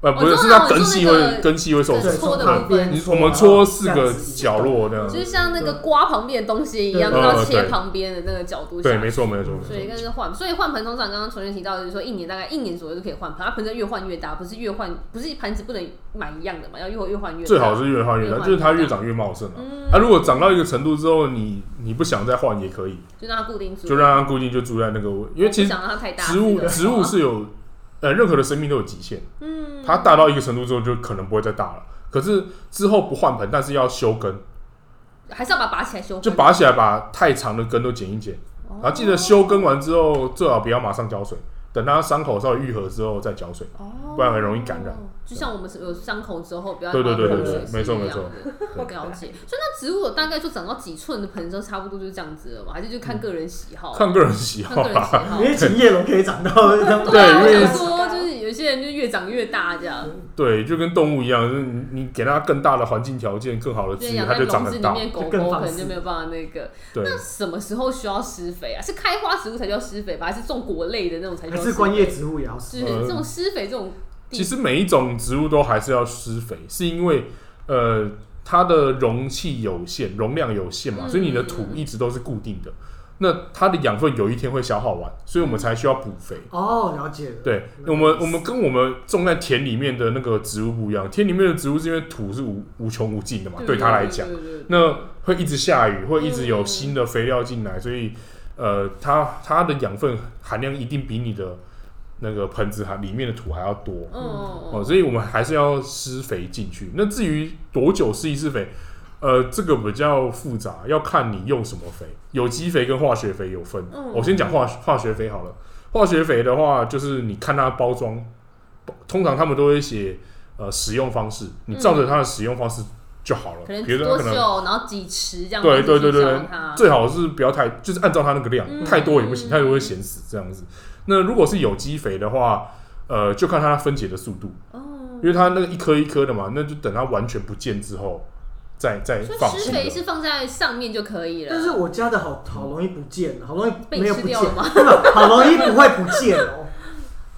[SPEAKER 3] 呃，不是，
[SPEAKER 1] 我
[SPEAKER 3] 是
[SPEAKER 1] 知道
[SPEAKER 3] 它根系
[SPEAKER 1] 我知道那
[SPEAKER 3] 会
[SPEAKER 1] 个
[SPEAKER 3] 根系会受
[SPEAKER 1] 对
[SPEAKER 3] 损。
[SPEAKER 1] 搓的部
[SPEAKER 2] 旁
[SPEAKER 1] 分
[SPEAKER 2] 边
[SPEAKER 3] 你
[SPEAKER 2] 搓，
[SPEAKER 3] 我们搓四
[SPEAKER 2] 这
[SPEAKER 3] 个
[SPEAKER 2] 样子
[SPEAKER 3] 角落那样
[SPEAKER 1] 就，是像那个刮旁边的东西一样，
[SPEAKER 2] 对
[SPEAKER 1] 都要
[SPEAKER 3] 呃
[SPEAKER 1] 切
[SPEAKER 3] 嗯对
[SPEAKER 1] 旁边的那个角度下
[SPEAKER 3] 对，
[SPEAKER 1] 去
[SPEAKER 3] 没错没错没错。
[SPEAKER 1] 所以应该是换，所以换盆通常刚刚同学提到，就是说一年大概一年左右就可以换盆，它盆子越换越大，不是越换不是盘子不能买一样的嘛，要越越换越大。
[SPEAKER 3] 最好是越换越
[SPEAKER 1] 越
[SPEAKER 3] 大，
[SPEAKER 1] 换
[SPEAKER 3] 就是它
[SPEAKER 1] 越大嗯
[SPEAKER 3] 越长越茂盛啊。啊，如果长到一个程度之后，你你不想再换也可以，
[SPEAKER 1] 就让它固定住，
[SPEAKER 3] 就让它固定就住在那个位，因为其
[SPEAKER 1] 不
[SPEAKER 3] 实
[SPEAKER 1] 想让它太大。
[SPEAKER 3] 植物
[SPEAKER 1] 这个
[SPEAKER 3] 植物是有呃任何的生命都有极限，
[SPEAKER 1] 嗯，
[SPEAKER 3] 它大到一个程度之后就可能不会再大了。可是之后不换盆，但是要修根，
[SPEAKER 1] 还是要把它拔起来修复，
[SPEAKER 3] 就拔起来把太长的根都剪一剪，
[SPEAKER 1] 哦
[SPEAKER 3] 然后记得修根完之后最好不要马上浇水，等它伤口稍微愈合之后再浇水。
[SPEAKER 1] 哦
[SPEAKER 3] 不然很容易感染。
[SPEAKER 1] 就像我们有伤口之后，不要
[SPEAKER 3] 对对对
[SPEAKER 1] 把
[SPEAKER 2] 对
[SPEAKER 1] 它
[SPEAKER 2] 对
[SPEAKER 1] 弄
[SPEAKER 3] 没错没错
[SPEAKER 1] 是一样的 了解。所以那植物大概就长到几寸的盆之后，差不多就是这样子了嘛，还是就看个人喜好，
[SPEAKER 3] 嗯看个人喜
[SPEAKER 1] 哦看
[SPEAKER 3] 好啊
[SPEAKER 1] 个人喜
[SPEAKER 3] 啦。
[SPEAKER 1] 好
[SPEAKER 2] 因。为锦叶龙可以长到
[SPEAKER 3] 对
[SPEAKER 1] 啊，
[SPEAKER 3] 因
[SPEAKER 1] 我
[SPEAKER 3] 为
[SPEAKER 1] 想说，就是有些人就越长越大这
[SPEAKER 3] 嗯
[SPEAKER 1] 样。
[SPEAKER 3] 对，就跟动物一样，就是你你给它更大的环境条件、更好的
[SPEAKER 1] 就
[SPEAKER 3] 资源，
[SPEAKER 1] 养
[SPEAKER 3] 它
[SPEAKER 1] 在
[SPEAKER 3] 就长
[SPEAKER 1] 笼子
[SPEAKER 3] 很
[SPEAKER 1] 里
[SPEAKER 3] 大。
[SPEAKER 1] 面，狗
[SPEAKER 2] 就更
[SPEAKER 1] 狗
[SPEAKER 2] 放
[SPEAKER 1] 可能
[SPEAKER 2] 肆
[SPEAKER 1] 就没有办法那个。
[SPEAKER 3] 对，
[SPEAKER 1] 那什么时候需要施肥啊？是开花植物才叫施肥吧？还是种果类的那种才需
[SPEAKER 2] 还
[SPEAKER 1] 要施
[SPEAKER 2] 是
[SPEAKER 1] 肥？
[SPEAKER 2] 观叶植物也要死。
[SPEAKER 3] 呃
[SPEAKER 1] 是这种施肥这种地
[SPEAKER 3] 其实每一种植物都还是要施肥，是因为呃它的容器有限，容量有限嘛，
[SPEAKER 1] 嗯
[SPEAKER 3] 所以你的土一直都是固定的。那它的养分有一天会消耗完，所以我们才需要补肥。
[SPEAKER 2] 哦，了解了。
[SPEAKER 3] 对我们，我们跟我们种在田里面的那个植物不一样，田里面的植物是因为土是无无穷无尽的嘛，对它来讲，，嗯
[SPEAKER 1] 对对对
[SPEAKER 3] 那会一直下雨，会一直有
[SPEAKER 1] 嗯
[SPEAKER 3] 新的肥料进来，所以呃，它它的养分含量一定比你的那个盆子含里面的土还要多。
[SPEAKER 1] 嗯嗯
[SPEAKER 3] 哦，
[SPEAKER 1] 嗯
[SPEAKER 3] 所以我们还是要施肥进去。那至于多久施一次肥，呃，这个比较复杂，要看你用什么肥。有机肥跟化学肥有分。
[SPEAKER 1] 嗯
[SPEAKER 3] 我先讲化化学肥好了。化学肥的话，就是你看它包装，通常他们都会写呃使用方式，你照着它的使用方式就好了。
[SPEAKER 1] 嗯可能
[SPEAKER 3] 比如说
[SPEAKER 1] 多
[SPEAKER 3] 它可
[SPEAKER 1] 久，
[SPEAKER 3] 能
[SPEAKER 1] 然后几池这样，
[SPEAKER 3] 对对对对
[SPEAKER 1] 然后自己浇它
[SPEAKER 3] 最好是不要太，就是按照它那个量，
[SPEAKER 1] 嗯
[SPEAKER 3] 太多也不行，
[SPEAKER 1] 嗯
[SPEAKER 3] 太多会咸死这样子。那如果是有机肥的话，呃，就看它分解的速度。
[SPEAKER 1] 哦，
[SPEAKER 3] 因为它那个一颗一颗的嘛，那就等它完全不见之后，再再
[SPEAKER 1] 所
[SPEAKER 3] 放
[SPEAKER 1] 以施
[SPEAKER 3] 弃
[SPEAKER 1] 肥
[SPEAKER 3] 的。
[SPEAKER 1] 是放在上面就可以了。
[SPEAKER 2] 但是我家的好好容易不见，好容易
[SPEAKER 1] 被
[SPEAKER 2] 没
[SPEAKER 1] 你
[SPEAKER 2] 有
[SPEAKER 1] 吃
[SPEAKER 2] 不见，
[SPEAKER 1] 掉了吗
[SPEAKER 2] 真的好容易不会不见哦。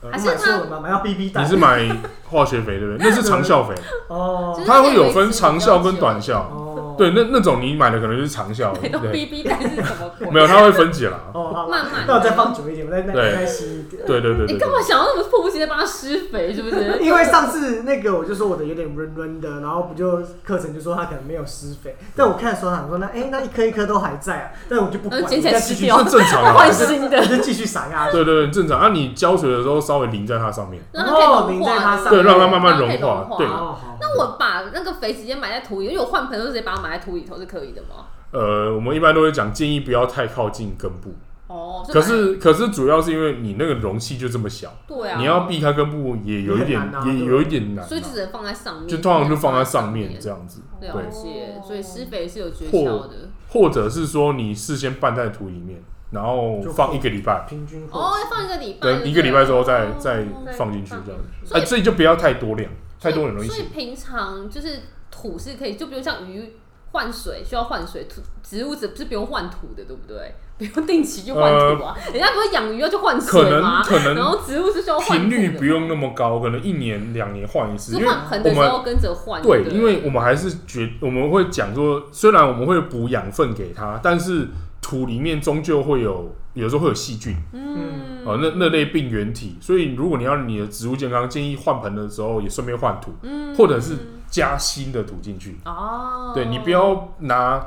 [SPEAKER 1] 还
[SPEAKER 2] 我
[SPEAKER 1] 是
[SPEAKER 2] 买错
[SPEAKER 1] 它
[SPEAKER 2] 了吗？买到 BB
[SPEAKER 3] 你
[SPEAKER 2] 蛋
[SPEAKER 3] 是买化学 肥对不对？那是长效肥，
[SPEAKER 2] 哦
[SPEAKER 1] 就是
[SPEAKER 3] 它会有分长效跟短效。
[SPEAKER 2] 哦，
[SPEAKER 3] 对，那那种你买的可能就是长 效，
[SPEAKER 1] 买到
[SPEAKER 3] 对，
[SPEAKER 1] BB 蛋是什么鬼？
[SPEAKER 3] 没有它会分解啦。
[SPEAKER 2] 哦，好
[SPEAKER 1] 慢慢
[SPEAKER 2] 那我再放久一点，我再再
[SPEAKER 3] 对
[SPEAKER 2] 再吸一点。
[SPEAKER 3] 对对对 哦
[SPEAKER 1] 你
[SPEAKER 3] 对
[SPEAKER 1] 干
[SPEAKER 3] 对，
[SPEAKER 1] 嘛想要那么迫不及待帮它施肥？ 是不是？
[SPEAKER 2] 因为上次那个我就说我的有点润润的，然后不就课程就说他可能没有施肥，但我看的时候想说那哎、那一颗一颗都还在啊，但我就不管，
[SPEAKER 1] 呃捡起来
[SPEAKER 2] 我再继续
[SPEAKER 1] 吃掉
[SPEAKER 3] 那正 常
[SPEAKER 1] 换
[SPEAKER 3] 啊。
[SPEAKER 1] 新的，
[SPEAKER 2] 我就继续撒下去。
[SPEAKER 3] 对对对，正常。啊，你浇水的时候稍微淋在它上面，
[SPEAKER 1] 让它可以
[SPEAKER 2] 哦
[SPEAKER 1] 融
[SPEAKER 2] 淋在
[SPEAKER 1] 化是
[SPEAKER 2] 它
[SPEAKER 1] 不是
[SPEAKER 2] 上
[SPEAKER 3] 对，让它慢慢
[SPEAKER 1] 让它
[SPEAKER 3] 融
[SPEAKER 1] 可以
[SPEAKER 3] 化
[SPEAKER 1] 融化。
[SPEAKER 3] 对，
[SPEAKER 2] 哦，好，
[SPEAKER 1] 那我把那个肥直接埋在土里，因为我换盆都直接把它埋在土里头是可以的吗？
[SPEAKER 3] 呃，我们一般都会讲建议不要太靠近根部，
[SPEAKER 1] 哦，就
[SPEAKER 3] 可
[SPEAKER 1] 埋
[SPEAKER 3] 是可是主要是因为你那个容器就这么小，
[SPEAKER 1] 对啊，
[SPEAKER 3] 你要避开根部也有一点
[SPEAKER 2] 也很难啊
[SPEAKER 3] 也有一点难啊，
[SPEAKER 1] 所以就只能放在上面，
[SPEAKER 3] 就通常就放在上面这
[SPEAKER 1] 样。
[SPEAKER 3] 样子，
[SPEAKER 1] 了
[SPEAKER 3] 对
[SPEAKER 1] 解，啊所以施肥是有诀窍的。
[SPEAKER 3] 或者是说你事先拌在土里面，然后
[SPEAKER 2] 就
[SPEAKER 3] 放一个礼拜，
[SPEAKER 2] 平均
[SPEAKER 1] 哦
[SPEAKER 2] 化，，
[SPEAKER 1] 要放一个礼拜，对不
[SPEAKER 3] 等
[SPEAKER 1] 对
[SPEAKER 3] 一个礼拜之后再
[SPEAKER 1] 哦
[SPEAKER 3] 再
[SPEAKER 1] 所
[SPEAKER 3] 放进去这样。
[SPEAKER 1] 以
[SPEAKER 3] 哎，所以就不要太多量，
[SPEAKER 1] 所
[SPEAKER 3] 太
[SPEAKER 1] 以
[SPEAKER 3] 多很容易
[SPEAKER 1] 所以
[SPEAKER 3] 死。
[SPEAKER 1] 平常就是土是可以，就比如像鱼换水需要换水，土植物只是不用换土的，对不对？ 不用定期就换土啊，人家不是养鱼要去换
[SPEAKER 3] 呃可
[SPEAKER 1] 水
[SPEAKER 3] 能
[SPEAKER 1] 吗？
[SPEAKER 3] 可
[SPEAKER 1] 然
[SPEAKER 3] 能
[SPEAKER 1] 后植物是需要换
[SPEAKER 3] 频
[SPEAKER 1] 土的
[SPEAKER 3] 率不用那么高，可能一年两年换一次，因
[SPEAKER 1] 是
[SPEAKER 3] 为
[SPEAKER 1] 换盆的时
[SPEAKER 3] 我
[SPEAKER 1] 候跟着换，
[SPEAKER 3] 对，
[SPEAKER 1] 不
[SPEAKER 3] 因为我们还是觉我们会讲说，虽然我们会补养分给它，但是土里面终究会有有时候会有细菌。
[SPEAKER 1] 嗯
[SPEAKER 3] 哦，那那类病原体，所以如果你要你的植物健康，建议换盆的时候也顺便换土，
[SPEAKER 1] 嗯
[SPEAKER 3] 或者是加新的土进去。
[SPEAKER 1] 哦，
[SPEAKER 3] 呃对你不要拿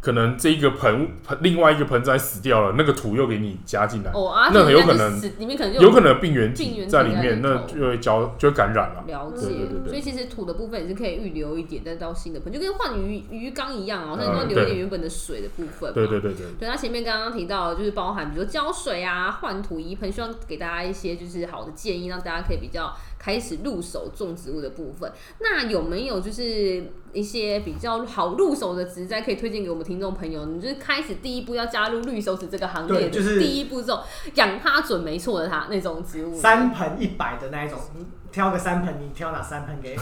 [SPEAKER 3] 可能这一个盆盆另外一个盆栽死掉了，那个土又给你加进来，
[SPEAKER 1] 哦啊，
[SPEAKER 3] 那很有
[SPEAKER 1] 人家
[SPEAKER 3] 可
[SPEAKER 1] 就
[SPEAKER 3] 能
[SPEAKER 1] 死里面可能就
[SPEAKER 3] 有可能有病原
[SPEAKER 1] 病
[SPEAKER 3] 体
[SPEAKER 1] 原体
[SPEAKER 3] 在里
[SPEAKER 1] 在
[SPEAKER 3] 面，
[SPEAKER 1] 里
[SPEAKER 3] 那
[SPEAKER 1] 头
[SPEAKER 3] 就会交就会感染了。
[SPEAKER 1] 了解，
[SPEAKER 3] 对对对对
[SPEAKER 1] 所以其实土的部分也是可以预留一点，再到新的盆，就跟换鱼鱼缸一样哦、那你
[SPEAKER 3] 嗯
[SPEAKER 1] 要留一
[SPEAKER 3] 对
[SPEAKER 1] 点原本的水的部分嘛。
[SPEAKER 3] 对对对对，
[SPEAKER 1] 对，那前面刚刚提到，就是包含比如说浇水啊、换土、移盆，希望给大家一些就是好的建议，让大家可以比较开始入手种植物的部分。那有没有就是一些比较好入手的植栽可以推荐给我们听众朋友？你就是开始第一步要加入绿手指这个行列的，
[SPEAKER 2] 对就是
[SPEAKER 1] 第一步骤养它准没错的它那种植物。
[SPEAKER 2] 三盆一百的那一种，你挑个三盆，你挑哪三盆 给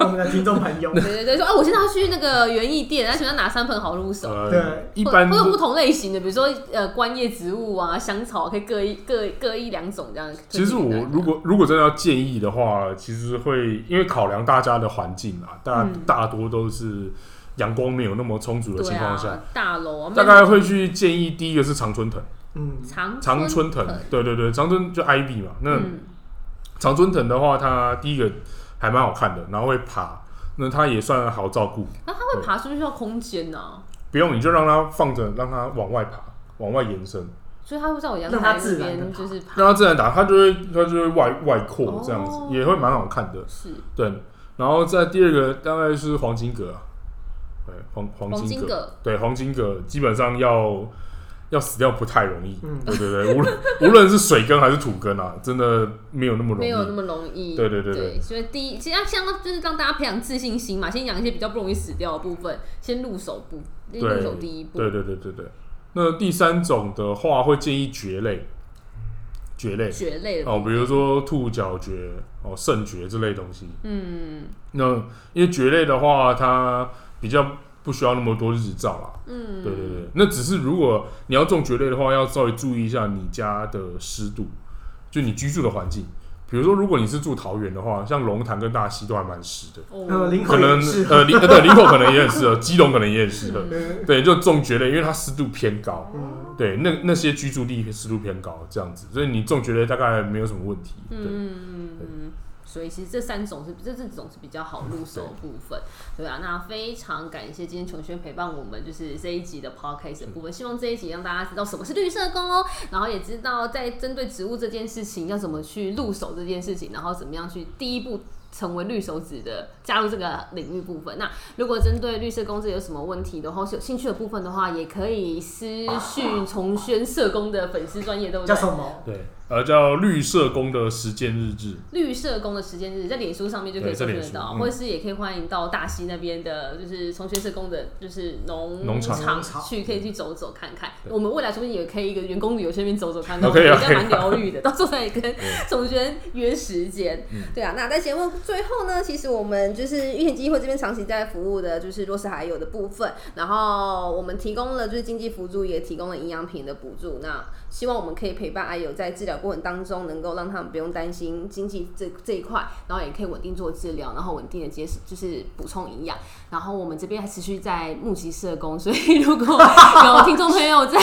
[SPEAKER 2] 我们的听众朋友？
[SPEAKER 1] 对对对，说啊，我现在要去那个园艺店，那请问哪三盆好入手？
[SPEAKER 3] 呃
[SPEAKER 2] 对，
[SPEAKER 3] 一
[SPEAKER 1] 会
[SPEAKER 3] 般
[SPEAKER 1] 会有不同类型的，比如说呃观叶植物啊、香草，可以各一各各一两种这样。
[SPEAKER 3] 其实我如果如果真的要建议的话，其实会因为考量大家的环境啊，大、
[SPEAKER 1] 嗯
[SPEAKER 3] 大多都是阳光没有那么充足的
[SPEAKER 1] 对
[SPEAKER 3] 情况下，
[SPEAKER 1] 啊，大楼啊，
[SPEAKER 3] 大概会去建议第一个是常春藤，
[SPEAKER 2] 嗯，
[SPEAKER 1] 长
[SPEAKER 3] 常春藤，对对对，常春就 ivy 嘛。那
[SPEAKER 1] 嗯
[SPEAKER 3] 常春藤的话，它第一个还蛮好看的，然后会爬，那它也算好照顾，
[SPEAKER 1] 那它会爬是不是需要空间啊呢？
[SPEAKER 3] 不用你就让它放着，让它往外爬，往外延伸，
[SPEAKER 1] 所以它会在我阳
[SPEAKER 2] 让
[SPEAKER 1] 台
[SPEAKER 2] 它
[SPEAKER 1] 这
[SPEAKER 2] 自然地
[SPEAKER 1] 边
[SPEAKER 2] 爬
[SPEAKER 1] 就是爬，
[SPEAKER 3] 让它自然打，它就会它就会外外扩这样子，
[SPEAKER 1] 哦
[SPEAKER 3] 也会蛮好看的。
[SPEAKER 1] 是
[SPEAKER 3] 对，然后在第二个大概是黄金葛啊，对黄黄
[SPEAKER 1] 黄
[SPEAKER 3] 金
[SPEAKER 1] 金
[SPEAKER 3] 葛，
[SPEAKER 1] 葛，
[SPEAKER 3] 对黄金葛基本上要要死掉不太容易，
[SPEAKER 2] 嗯
[SPEAKER 3] 对对对，无论无论是水根还是土根啊，真的没有那么容
[SPEAKER 1] 没有那
[SPEAKER 3] 易。
[SPEAKER 1] 么容易。
[SPEAKER 3] 对对对对
[SPEAKER 1] 对，所以第一，其实要相当就是让大家培养自信心嘛，先养一些比较不容易死掉的部分，先入手部，先
[SPEAKER 3] 对
[SPEAKER 1] 入手第一步。
[SPEAKER 3] 对对对对对，那第三种的话会建议蕨类，蕨类
[SPEAKER 1] 蕨类的部
[SPEAKER 3] 哦，
[SPEAKER 1] 分，
[SPEAKER 3] 比如说兔角蕨、哦肾蕨这类东西。
[SPEAKER 1] 嗯
[SPEAKER 3] 那因为蕨类的话，它比较不需要那么多日照啦。
[SPEAKER 1] 嗯，
[SPEAKER 3] 对对对，那只是如果你要种蕨类的话，要稍微注意一下你家的湿度，就你居住的环境。比如说，如果你是住桃园的话，像龙潭跟大溪都还蛮湿的，
[SPEAKER 2] 呃，
[SPEAKER 1] 哦，
[SPEAKER 2] 林口
[SPEAKER 3] 可
[SPEAKER 2] 也
[SPEAKER 3] 能
[SPEAKER 2] 是，
[SPEAKER 3] 呃林呃对林口可能也很适合，基隆可能也很适合。
[SPEAKER 2] 嗯
[SPEAKER 3] 对，就种蕨类，因为它湿度偏高，
[SPEAKER 2] 嗯，
[SPEAKER 3] 对，那那些居住地湿度偏高，这样子，所以你种蕨类大概没有什么问题。对，
[SPEAKER 1] 嗯嗯，所以其实这三种是这这种是比较好入手的部分，对啊。那非常感谢今天琼轩陪伴我们，就是这一集的 podcast 的部分，希望这一集让大家知道什么是绿色工哦，然后也知道在针对植物这件事情要怎么去入手这件事情，然后怎么样去第一步。成为绿手指的加入这个领域部分。那如果针对绿色工这有什么问题的话，有兴趣的部分的话，也可以私讯重轩社工的粉丝专业，对不对
[SPEAKER 2] 叫？什么？
[SPEAKER 3] 对，呃，叫绿社工的实践日志，
[SPEAKER 1] 绿社工的时间日，在脸书上面就可以
[SPEAKER 3] 对在
[SPEAKER 1] 搜寻
[SPEAKER 3] 脸
[SPEAKER 1] 得
[SPEAKER 3] 书
[SPEAKER 1] 到，
[SPEAKER 3] 嗯
[SPEAKER 1] 或者是也可以欢迎到大溪那边的，就是从学社工的，就是农
[SPEAKER 3] 农场嗯
[SPEAKER 2] 农场
[SPEAKER 1] 去，可以去走走看看。
[SPEAKER 3] 对
[SPEAKER 1] 我们未来说不定也可以一个员工旅游去那边走走看看，
[SPEAKER 3] 哦可以
[SPEAKER 1] 我
[SPEAKER 3] 啊
[SPEAKER 1] 觉得蛮疗愈的。到时候再跟
[SPEAKER 3] 对
[SPEAKER 1] 总监约时间。
[SPEAKER 4] 对啊，那在节目最后呢，其实我们就是育田基金会这边长期在服务的，就是弱势还有的部分，然后我们提供了就是经济辅助，也提供了营养品的补助。那希望我们可以陪伴爱友在治疗过程当中，能够让他们不用担心经济这这一块，然后也可以稳定做治疗，然后稳定的接就是补充营养。然后我们这边还持续在募集社工，所以如果有听众朋友在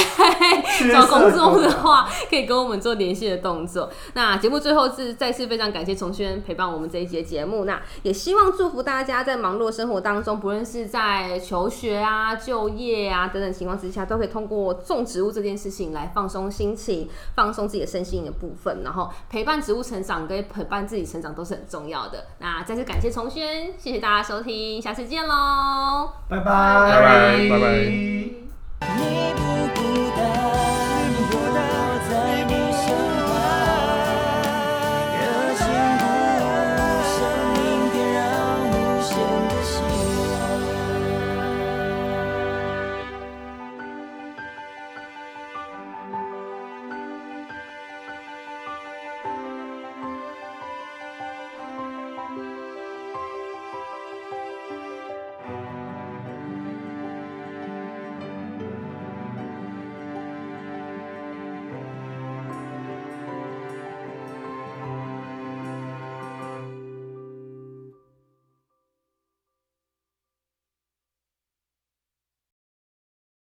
[SPEAKER 4] 找工作的话，可以跟我们做联系的 动作。那节目最后是再次非常感谢从轩陪伴我们这一节节目，那也希望祝福大家在忙碌的生活当中，
[SPEAKER 1] 不论是在求学啊、就业啊等等情况之下，都可以通过种植物这件事情来放松心情、放松自己的身心的部分，然后陪伴植物成长跟陪伴自己成长都是很重要的。那再次感谢从轩，谢谢大家收听，下次见喽。
[SPEAKER 2] 拜拜
[SPEAKER 3] 拜拜拜拜
[SPEAKER 5] 你不孤单。